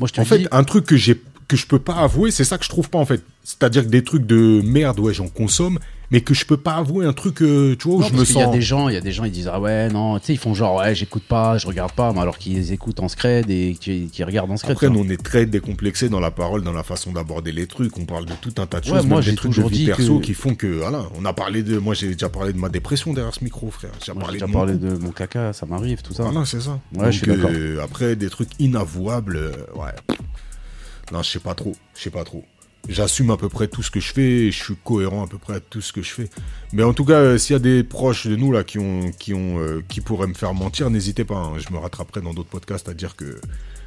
[SPEAKER 3] moi je te
[SPEAKER 2] En fait,
[SPEAKER 3] dis.
[SPEAKER 2] un truc que j'ai que je peux pas avouer, c'est ça que je trouve pas en fait. C'est-à-dire que des trucs de merde, ouais, j'en consomme, mais que je peux pas avouer un truc, euh, tu vois, où
[SPEAKER 3] Non,
[SPEAKER 2] je
[SPEAKER 3] parce
[SPEAKER 2] me
[SPEAKER 3] qu'il y a
[SPEAKER 2] sens.
[SPEAKER 3] des gens, il y a des gens, ils disent ah ouais non, tu sais ils font genre ouais j'écoute pas, je regarde pas, mais alors qu'ils écoutent en scred et qui regardent en scred.
[SPEAKER 2] Après,
[SPEAKER 3] tu
[SPEAKER 2] nous,
[SPEAKER 3] vois.
[SPEAKER 2] on est très décomplexé dans la parole, dans la façon d'aborder les trucs. On parle de tout un tas de
[SPEAKER 3] Ouais,
[SPEAKER 2] choses,
[SPEAKER 3] moi,
[SPEAKER 2] même des
[SPEAKER 3] j'ai
[SPEAKER 2] trucs de
[SPEAKER 3] toujours
[SPEAKER 2] vie
[SPEAKER 3] dit
[SPEAKER 2] perso
[SPEAKER 3] que-
[SPEAKER 2] qui font que, voilà, on a parlé de. Moi, j'ai déjà parlé de ma dépression derrière ce micro, frère. J'ai
[SPEAKER 3] Moi,
[SPEAKER 2] parlé
[SPEAKER 3] j'ai
[SPEAKER 2] de. Ah
[SPEAKER 3] déjà
[SPEAKER 2] mon
[SPEAKER 3] parlé
[SPEAKER 2] couple.
[SPEAKER 3] de mon caca, ça m'arrive tout ça.
[SPEAKER 2] Voilà, c'est ça. euh,
[SPEAKER 3] Ouais, je suis d'accord.
[SPEAKER 2] après, des trucs inavouables, euh, ouais. Non, je sais pas trop. Je sais pas trop. J'assume à peu près tout ce que je fais, et je suis cohérent à peu près à tout ce que je fais. Mais en tout cas, euh, s'il y a des proches de nous là qui ont, qui ont, euh, qui pourraient me faire mentir, n'hésitez pas. hein. Je me rattraperai dans d'autres podcasts à dire que,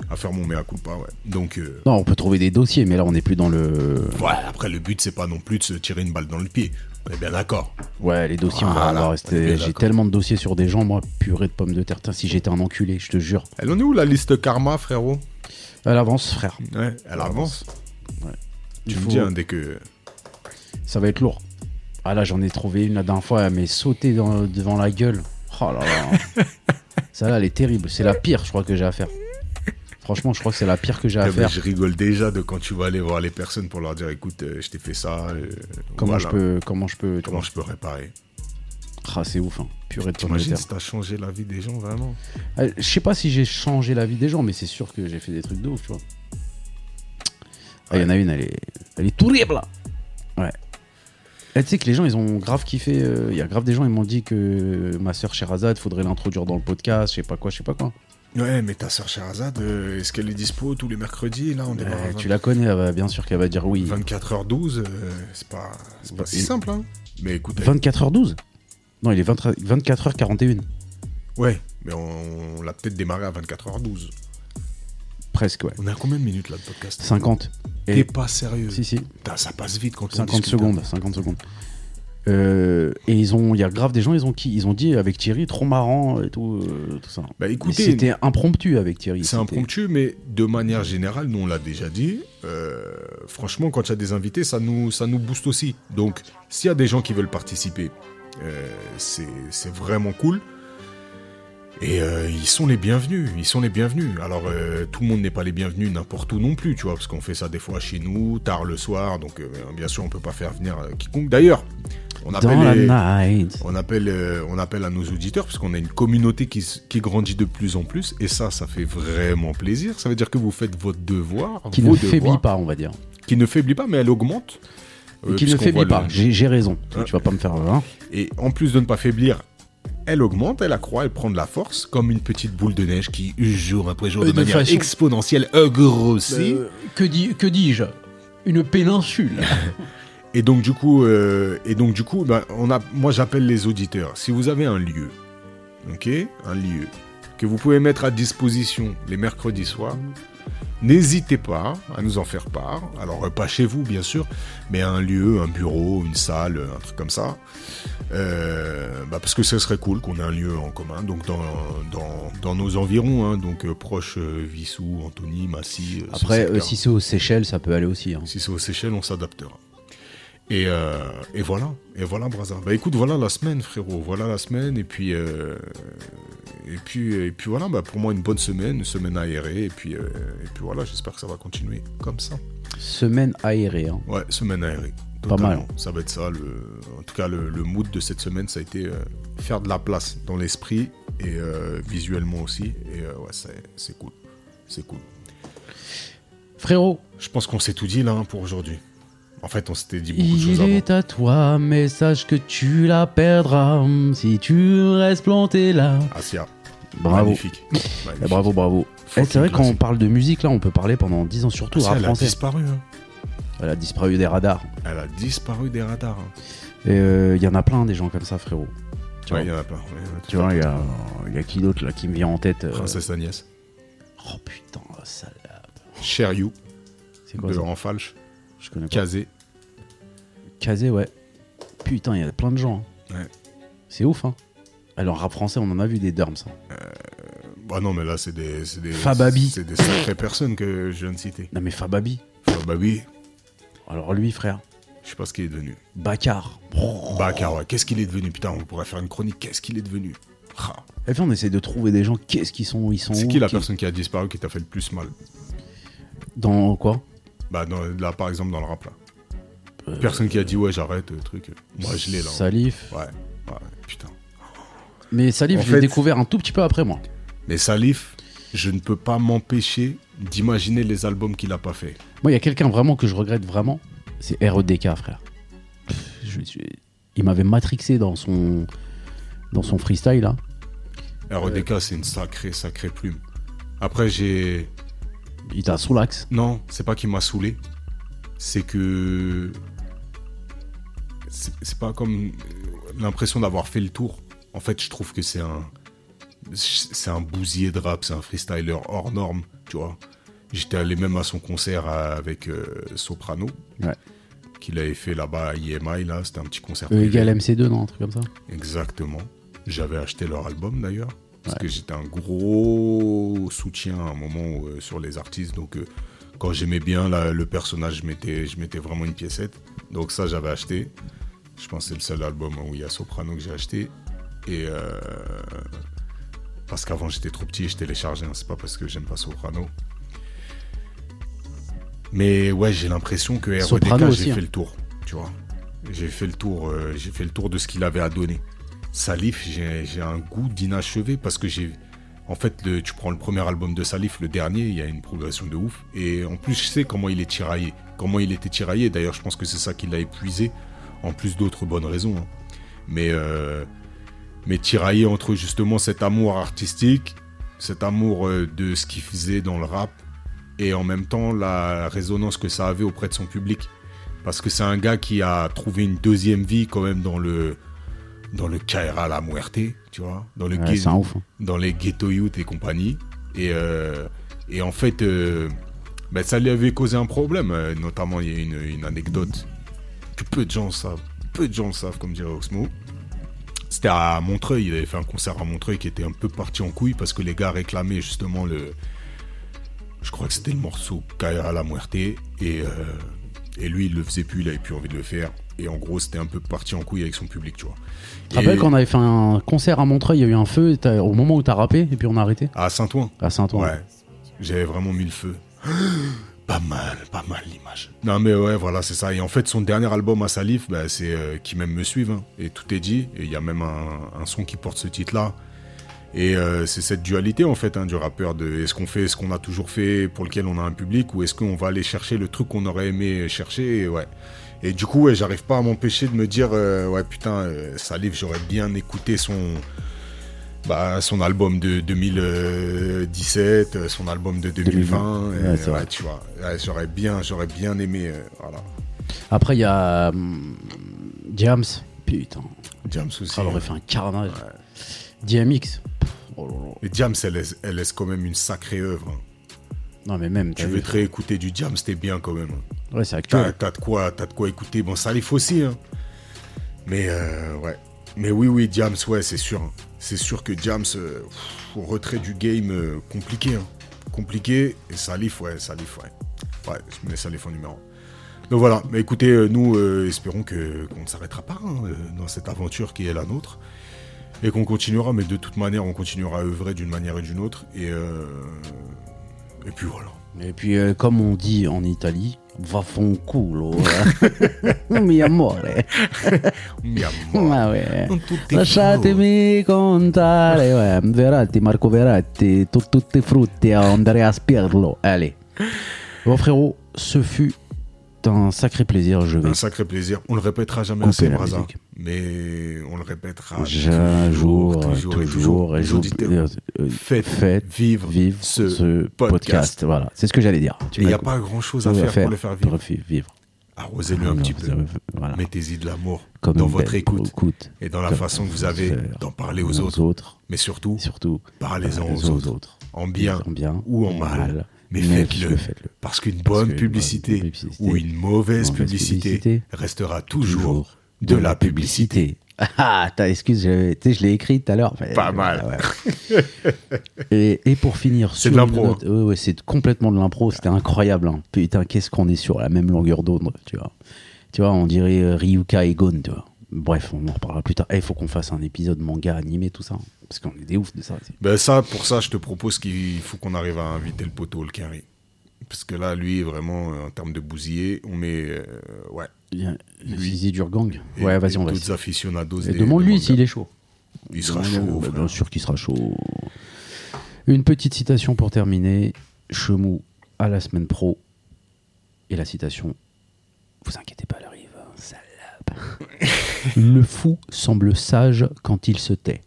[SPEAKER 2] à faire mon mea culpa, ouais. Donc, euh,
[SPEAKER 3] Non, on peut trouver des dossiers, mais là on n'est plus dans le.
[SPEAKER 2] Ouais, après le but c'est pas non plus de se tirer une balle dans le pied. On est bien d'accord.
[SPEAKER 3] Ouais, les dossiers, on va- on
[SPEAKER 2] Voilà, on est
[SPEAKER 3] va
[SPEAKER 2] bien
[SPEAKER 3] rester. J'ai
[SPEAKER 2] d'accord.
[SPEAKER 3] tellement de dossiers sur des gens, moi, purée de pommes de terre. Putain, si j'étais un enculé, je te jure.
[SPEAKER 2] Elle en est où la liste karma, frérot
[SPEAKER 3] Elle avance, frère.
[SPEAKER 2] Ouais, elle avance.
[SPEAKER 3] Il
[SPEAKER 2] Tu me
[SPEAKER 3] faut-
[SPEAKER 2] dis hein, dès que.
[SPEAKER 3] Ça va être lourd. Ah là, j'en ai trouvé une la dernière fois, elle m'est sautée dans- devant la gueule. Oh là là. Celle-là, elle est terrible. C'est la pire, je crois, que j'ai à faire. Franchement, je crois que c'est la pire que j'ai à
[SPEAKER 2] Eh ben,
[SPEAKER 3] faire.
[SPEAKER 2] je rigole déjà de quand tu vas aller voir les personnes pour leur dire écoute, euh, je t'ai fait ça. euh,
[SPEAKER 3] Comment
[SPEAKER 2] voilà.
[SPEAKER 3] je peux. Comment je peux. tu
[SPEAKER 2] Comment je peux réparer
[SPEAKER 3] vois. Ah, c'est ouf, hein. Purée de pommes de
[SPEAKER 2] T'imagines
[SPEAKER 3] terre.
[SPEAKER 2] si t'as changé la vie des gens vraiment
[SPEAKER 3] Ah, Je sais pas si j'ai changé la vie des gens, mais c'est sûr que j'ai fait des trucs de ouf, tu vois. Ah, il y en a une, elle est, elle est terrible là. Ouais. Et tu sais que les gens, ils ont grave kiffé. euh, Il y a grave des gens, ils m'ont dit que ma soeur Sherazade, faudrait l'introduire dans le podcast, je sais pas quoi, je sais pas quoi.
[SPEAKER 2] Ouais, mais ta sœur Sherazade, euh, est-ce qu'elle est dispo tous les mercredis Là, on démarre
[SPEAKER 3] Euh,
[SPEAKER 2] à
[SPEAKER 3] tu la connais, elle va- bien sûr qu'elle va dire oui.
[SPEAKER 2] 24h12, euh, c'est pas, c'est pas si
[SPEAKER 3] Et-
[SPEAKER 2] simple. Hein. Mais écoute, elle-
[SPEAKER 3] 24h12 Non, il est 20 24h41.
[SPEAKER 2] ouais, mais on, on l'a peut-être démarré à 24h12.
[SPEAKER 3] Presque, ouais.
[SPEAKER 2] On est à combien de minutes là de podcast
[SPEAKER 3] 50.
[SPEAKER 2] T'es
[SPEAKER 3] Et...
[SPEAKER 2] pas sérieux.
[SPEAKER 3] Si, si,
[SPEAKER 2] Putain, ça passe vite quand on
[SPEAKER 3] 50
[SPEAKER 2] discute, hein.
[SPEAKER 3] secondes, 50 secondes. Euh, et ils ont, il y a grave des gens, ils ont qui, ils ont dit avec Thierry, trop marrant et tout, euh, tout ça.
[SPEAKER 2] Bah
[SPEAKER 3] Mais
[SPEAKER 2] écoutez,
[SPEAKER 3] C'était impromptu avec Thierry.
[SPEAKER 2] C'est
[SPEAKER 3] c'était-
[SPEAKER 2] impromptu, mais de manière générale, nous on l'a déjà dit, euh, franchement, quand il y a des invités, ça nous, ça nous booste aussi. Donc, s'il y a des gens qui veulent participer, euh, c'est c'est vraiment cool. Et euh, ils sont les bienvenus, ils sont les bienvenus. Alors, euh, tout le monde n'est pas les bienvenus n'importe où non plus, tu vois, parce qu'on fait ça des fois chez nous, tard le soir, donc euh, bien sûr, on peut pas faire venir euh, quiconque. D'ailleurs, on appelle
[SPEAKER 3] Dans la
[SPEAKER 2] les-
[SPEAKER 3] night.
[SPEAKER 2] on appelle, euh, on appelle à nos auditeurs, parce qu'on a une communauté qui, s- qui grandit de plus en plus, et ça, ça fait vraiment plaisir. Ça veut dire que vous faites votre devoir,
[SPEAKER 3] Qui
[SPEAKER 2] vos
[SPEAKER 3] ne faiblit
[SPEAKER 2] devoirs,
[SPEAKER 3] pas, on va dire.
[SPEAKER 2] qui ne faiblit pas, mais elle augmente. euh,
[SPEAKER 3] Et qui ne
[SPEAKER 2] puisqu'on voit
[SPEAKER 3] faiblit
[SPEAKER 2] le-
[SPEAKER 3] pas. J'ai j'ai raison. Parce que
[SPEAKER 2] Ouais.
[SPEAKER 3] Tu vas pas me faire. hein.
[SPEAKER 2] Et en plus de ne pas faiblir, elle augmente, elle accroît, elle prend de la force, comme une petite boule de neige qui, jour après jour,
[SPEAKER 4] Euh,
[SPEAKER 2] de,
[SPEAKER 4] de
[SPEAKER 2] manière
[SPEAKER 4] façon-
[SPEAKER 2] exponentielle, euh,
[SPEAKER 3] Ben,
[SPEAKER 2] grossit.
[SPEAKER 4] Euh, que dis- que dis-je Une péninsule.
[SPEAKER 2] Et donc du coup, euh, et donc du coup, ben, on a, moi j'appelle les auditeurs. Si vous avez un lieu, ok, un lieu que vous pouvez mettre à disposition les mercredis soirs, n'hésitez pas à nous en faire part. Alors euh, pas chez vous bien sûr, mais un lieu, un bureau, une salle, un truc comme ça. Euh, bah, parce que ce serait cool qu'on ait un lieu en commun, donc dans, dans, dans nos environs, hein, donc euh, proche euh, Vissou, Anthony, Massy. euh, ce
[SPEAKER 3] Après, euh,
[SPEAKER 2] secteur.
[SPEAKER 3] si c'est aux Seychelles, ça peut aller aussi. hein.
[SPEAKER 2] Si c'est aux Seychelles, on s'adaptera. Et, euh, et voilà, et voilà Brazza. Bah écoute, voilà la semaine frérot, voilà la semaine et puis euh, et puis et puis voilà, bah pour moi une bonne semaine, une semaine aérée et puis euh, et puis voilà, j'espère que ça va continuer comme ça.
[SPEAKER 3] Semaine aérée. hein.
[SPEAKER 2] Ouais, semaine aérée.
[SPEAKER 3] Pas
[SPEAKER 2] Totalement.
[SPEAKER 3] mal.
[SPEAKER 2] Ça va être ça le en tout cas le, le mood de cette semaine, ça a été euh, faire de la place dans l'esprit et euh, visuellement aussi et euh, ouais, c'est c'est cool. C'est cool.
[SPEAKER 3] Frérot,
[SPEAKER 2] Je pense qu'on s'est tout dit là hein, pour aujourd'hui. En fait, on s'était dit beaucoup de choses
[SPEAKER 3] il
[SPEAKER 2] avant.
[SPEAKER 3] est à toi, mais sache que tu la perdras si tu restes planté là.
[SPEAKER 2] Asia.
[SPEAKER 3] Bravo.
[SPEAKER 2] Magnifique.
[SPEAKER 3] Eh,
[SPEAKER 2] Magnifique.
[SPEAKER 3] bravo, bravo. Eh, c'est Ah, vrai
[SPEAKER 2] Fucking
[SPEAKER 3] quand on
[SPEAKER 2] classique.
[SPEAKER 3] parle de musique, là, on peut parler pendant 10 ans, surtout
[SPEAKER 2] Asia,
[SPEAKER 3] rap
[SPEAKER 2] elle a
[SPEAKER 3] français.
[SPEAKER 2] disparu. hein.
[SPEAKER 3] Elle a disparu des radars.
[SPEAKER 2] Elle a disparu des radars. hein.
[SPEAKER 3] Et euh, il y en a plein des gens comme ça, frérot. Tu
[SPEAKER 2] Ouais, il
[SPEAKER 3] vois,
[SPEAKER 2] y en a plein. ouais, il y en a tout
[SPEAKER 3] tu
[SPEAKER 2] le
[SPEAKER 3] vois,
[SPEAKER 2] temps.
[SPEAKER 3] il y a, il y a qui d'autre là qui me vient en tête euh,
[SPEAKER 2] Princesse Agnès.
[SPEAKER 3] Oh putain, la salope.
[SPEAKER 2] Cher You.
[SPEAKER 3] C'est quoi
[SPEAKER 2] De
[SPEAKER 3] ça
[SPEAKER 2] En Falche.
[SPEAKER 3] Je connais pas.
[SPEAKER 2] Kazé.
[SPEAKER 3] Kazé, ouais. Putain, il y a plein de gens. hein.
[SPEAKER 2] Ouais.
[SPEAKER 3] C'est ouf, hein. Alors, rap français, on en a vu des dorms. hein.
[SPEAKER 2] Bah non, mais là, c'est des. c'est des
[SPEAKER 3] Fababi.
[SPEAKER 2] C'est des sacrées personnes que je viens de citer.
[SPEAKER 3] Non, mais Fababi.
[SPEAKER 2] Fababi,
[SPEAKER 3] Alors, lui, frère.
[SPEAKER 2] je sais pas ce qu'il est devenu.
[SPEAKER 3] Bakar. Oh.
[SPEAKER 2] Bakar, ouais. Qu'est-ce qu'il est devenu Putain, on pourrait faire une chronique. Qu'est-ce qu'il est devenu Ah.
[SPEAKER 3] Et puis, Eh, on essaie de trouver des gens. Qu'est-ce qu'ils sont Ils sont
[SPEAKER 2] C'est
[SPEAKER 3] où
[SPEAKER 2] qui la
[SPEAKER 3] Qu'est-
[SPEAKER 2] personne qui a disparu qui t'a fait le plus mal
[SPEAKER 3] Dans quoi
[SPEAKER 2] Bah dans- là, par exemple, dans le rap, là.
[SPEAKER 3] Euh,
[SPEAKER 2] Personne qui a dit ouais, j'arrête, euh, truc. Moi, je l'ai là.
[SPEAKER 3] Salif.
[SPEAKER 2] Ouais. Ouais, putain.
[SPEAKER 3] Mais Salif,
[SPEAKER 2] En
[SPEAKER 3] je l'ai
[SPEAKER 2] fait-
[SPEAKER 3] découvert un tout petit peu après moi.
[SPEAKER 2] Mais Salif, je ne peux pas m'empêcher d'imaginer les albums qu'il a pas fait.
[SPEAKER 3] Moi, il y a quelqu'un vraiment que je regrette vraiment, c'est R.E.D.K, frère. Pff, je- je- il m'avait matrixé dans son, dans son freestyle, là.
[SPEAKER 2] R.O.D.K, c'est une sacrée, sacrée plume. Après, j'ai.
[SPEAKER 3] Il t'a sous l'axe.
[SPEAKER 2] Non, c'est pas qu'il m'a saoulé. C'est que. C'est c'est pas comme euh, l'impression d'avoir fait le tour. En fait, je trouve que c'est un. C'est un bousier de rap, c'est un freestyler hors norme, tu vois. J'étais allé même à son concert euh, avec euh, Soprano.
[SPEAKER 3] Ouais.
[SPEAKER 2] Qu'il avait fait là-bas à IMI, là, c'était un petit concert.
[SPEAKER 3] E
[SPEAKER 2] privé.
[SPEAKER 3] égale MC2, non, un truc comme ça.
[SPEAKER 2] Exactement. J'avais acheté leur album d'ailleurs. Parce
[SPEAKER 3] Ouais.
[SPEAKER 2] que j'étais un gros soutien à un moment euh, sur les artistes. Donc euh, quand j'aimais bien la- le personnage, je mettais, je mettais vraiment une piécette. Donc ça, j'avais acheté. Je pense que c'est le seul album où il y a Soprano que j'ai acheté. Et euh, parce qu'avant j'étais trop petit, je téléchargeais. hein. C'est pas parce que j'aime pas Soprano. Mais ouais, j'ai l'impression que
[SPEAKER 3] Soprano
[SPEAKER 2] R.O.D.K.
[SPEAKER 3] aussi,
[SPEAKER 2] j'ai
[SPEAKER 3] hein.
[SPEAKER 2] fait le tour. Tu vois, j'ai fait le tour. euh, j'ai fait le tour de ce qu'il avait à donner. Salif, j'ai j'ai un goût d'inachevé parce que j'ai. En fait, le- tu prends le premier album de Salif, le dernier, il y a une progression de ouf. Et en plus, je sais comment il est tiraillé. Comment il était tiraillé. D'ailleurs, je pense que c'est ça qui l'a épuisé. En plus d'autres bonnes raisons. hein. Mais, euh, mais tiraillé entre justement cet amour artistique, cet amour euh, de ce qu'il faisait dans le rap, et en même temps la résonance que ça avait auprès de son public. Parce que c'est un gars qui a trouvé une deuxième vie quand même dans le dans le Caïra la Muerte, tu vois, dans le
[SPEAKER 3] Ouais,
[SPEAKER 2] gay-
[SPEAKER 3] c'est un ouf. hein.
[SPEAKER 2] dans les ghetto youth et compagnie. Et, euh, et en fait, euh, ben, ça lui avait causé un problème. Euh, notamment, il y a une, une anecdote que peu de gens savent. peu de gens le savent, comme dirait Oxmo. C'était à Montreuil, il avait fait un concert à Montreuil qui était un peu parti en couille parce que les gars réclamaient justement le. Je crois que c'était le morceau Kaya la Muerte. Et, euh, et lui, il le faisait plus, il avait plus envie de le faire. Et en gros, c'était un peu parti en couille avec son public, tu vois.
[SPEAKER 3] Tu te rappelles
[SPEAKER 2] Et-
[SPEAKER 3] quand on avait fait un concert à Montreuil, il y a eu un feu t'as- au moment où t'as rappé et puis on a arrêté
[SPEAKER 2] À Saint-Ouen.
[SPEAKER 3] à Saint-Ouen.
[SPEAKER 2] Ouais. J'avais vraiment mis le feu. Pas mal, pas mal l'image. Non mais ouais, voilà, c'est ça. Et en fait, son dernier album à Salif, bah, c'est euh, Qui même me suivent. hein. Et tout est dit. Et il y a même un, un son qui porte ce titre-là. Et euh, c'est cette dualité en fait hein, du rappeur de est-ce qu'on fait ce qu'on a toujours fait pour lequel on a un public ou est-ce qu'on va aller chercher le truc qu'on aurait aimé chercher et ouais. Et du coup ouais, j'arrive pas à m'empêcher de me dire euh, ouais putain euh, Salif j'aurais bien écouté son bah, son album de 2017, euh, son album de 2020,
[SPEAKER 3] 2020,
[SPEAKER 2] et
[SPEAKER 3] ouais, c'est
[SPEAKER 2] ouais,
[SPEAKER 3] vrai.
[SPEAKER 2] tu vois, Ouais, j'aurais bien, j'aurais bien aimé, euh, voilà.
[SPEAKER 3] Après, il y a hum, Jams. Putain,
[SPEAKER 2] James aussi. hein.
[SPEAKER 3] ça aurait fait un carnage. DMX. Oh là là.
[SPEAKER 2] Mais James, elle laisse, elle laisse quand même une sacrée œuvre. hein.
[SPEAKER 3] Non, mais même. t'as
[SPEAKER 2] Tu
[SPEAKER 3] vu,
[SPEAKER 2] veux te réécouter du James, t'es bien quand même. hein.
[SPEAKER 3] Ouais, c'est actuel.
[SPEAKER 2] T'as t'as de quoi, t'as de quoi écouter. Bon, ça Salif aussi, hein. Mais euh, ouais. Mais oui, oui, James, ouais, c'est sûr. hein. C'est sûr que James, euh, pff, au retrait du game, euh, compliqué, hein. Compliqué. Et Salif, ouais, Salif, ouais. Ouais, je mets Salif en numéro. un. Donc voilà. Mais écoutez, euh, nous euh, espérons que qu'on ne s'arrêtera pas hein, euh, dans cette aventure qui est la nôtre. Et qu'on continuera, mais de toute manière, on continuera à œuvrer d'une manière et d'une autre. Et, euh, et puis voilà.
[SPEAKER 3] Et puis, euh, comme on dit en Italie, va fon culo. eh. Mi amore.
[SPEAKER 2] Mi amore.
[SPEAKER 3] Ah ouais.
[SPEAKER 2] Non, tutti
[SPEAKER 3] Lasciatemi contare. Ouais. Verratti, Marco Verratti, tu- tutti frutti à Andrea Spirlo. Allez. Bon, frérot, ce fut un sacré plaisir. Je vais
[SPEAKER 2] Un sacré plaisir. On le répétera jamais
[SPEAKER 3] Couper
[SPEAKER 2] assez,
[SPEAKER 3] la
[SPEAKER 2] Braza.
[SPEAKER 3] musique.
[SPEAKER 2] Mais on le répétera
[SPEAKER 3] un jour,
[SPEAKER 2] toujours, et
[SPEAKER 3] toujours, et
[SPEAKER 2] Aux
[SPEAKER 3] jour,
[SPEAKER 2] auditeurs,
[SPEAKER 3] euh, euh,
[SPEAKER 2] Faites,
[SPEAKER 3] faites
[SPEAKER 2] vivre,
[SPEAKER 3] vivre
[SPEAKER 2] ce,
[SPEAKER 3] ce,
[SPEAKER 2] podcast.
[SPEAKER 3] podcast. Voilà, c'est ce que j'allais dire.
[SPEAKER 2] Et Il n'y a pas grand chose à faire, pour le faire vivre. Arrosez-le
[SPEAKER 3] Ah
[SPEAKER 2] un petit peu.
[SPEAKER 3] Voilà.
[SPEAKER 2] Mettez-y de l'amour
[SPEAKER 3] Comme
[SPEAKER 2] dans
[SPEAKER 3] une
[SPEAKER 2] votre
[SPEAKER 3] belle
[SPEAKER 2] écoute
[SPEAKER 3] écoute.
[SPEAKER 2] et dans la
[SPEAKER 3] Comme
[SPEAKER 2] façon que vous
[SPEAKER 3] faire
[SPEAKER 2] avez d'en parler aux autres. Mais surtout,
[SPEAKER 3] Et surtout,
[SPEAKER 2] parlez-en
[SPEAKER 3] parlez-en
[SPEAKER 2] aux autres. En bien,
[SPEAKER 3] En bien
[SPEAKER 2] ou en mal. Mais faites-le.
[SPEAKER 3] faites-le.
[SPEAKER 2] Parce qu'une
[SPEAKER 3] Parce
[SPEAKER 2] bonne
[SPEAKER 3] qu'une
[SPEAKER 2] publicité,
[SPEAKER 3] bonne publicité
[SPEAKER 2] ou une mauvaise,
[SPEAKER 3] mauvaise
[SPEAKER 2] publicité,
[SPEAKER 3] publicité
[SPEAKER 2] restera toujours de la publicité.
[SPEAKER 3] Ah, t'as excuse, je, tu sais, je l'ai écrit tout à l'heure. mais-
[SPEAKER 2] Pas mal.
[SPEAKER 3] ouais. et, et pour finir,
[SPEAKER 2] C'est
[SPEAKER 3] sur
[SPEAKER 2] de
[SPEAKER 3] une
[SPEAKER 2] l'impro, hein.
[SPEAKER 3] note- ouais, ouais, c'est complètement de l'impro. C'était incroyable. hein. Putain, qu'est-ce qu'on est sur la même longueur d'onde, tu vois. Tu vois, on dirait euh, Ryuka et Gon, tu vois. Bref, on en reparlera plus tard. Eh, Il faut qu'on fasse un épisode manga, animé, tout ça. hein, Parce qu'on est des oufs de ça. c'est-
[SPEAKER 2] Ben ça, pour ça, je te propose qu'il faut qu'on arrive à inviter le poteau, le carré. Parce que là, lui, vraiment, euh, en termes de bousillé, on est... euh, ouais.
[SPEAKER 3] Il y a- Le
[SPEAKER 2] Lui.
[SPEAKER 3] Zizi Durgang.
[SPEAKER 2] Et-
[SPEAKER 3] Ouais, vas-y,
[SPEAKER 2] et
[SPEAKER 3] on va
[SPEAKER 2] D'autres aficionados.
[SPEAKER 3] Et
[SPEAKER 2] des-
[SPEAKER 3] Demande-lui
[SPEAKER 2] des
[SPEAKER 3] s'il est chaud.
[SPEAKER 2] mangas. Il sera chaud,
[SPEAKER 3] Bah,
[SPEAKER 2] frère.
[SPEAKER 3] bien sûr qu'il sera chaud. Une petite citation pour terminer. Chemou à la semaine pro. Et la citation, vous inquiétez hein. pas, elle arrive. Salope. Le fou semble sage quand il se tait.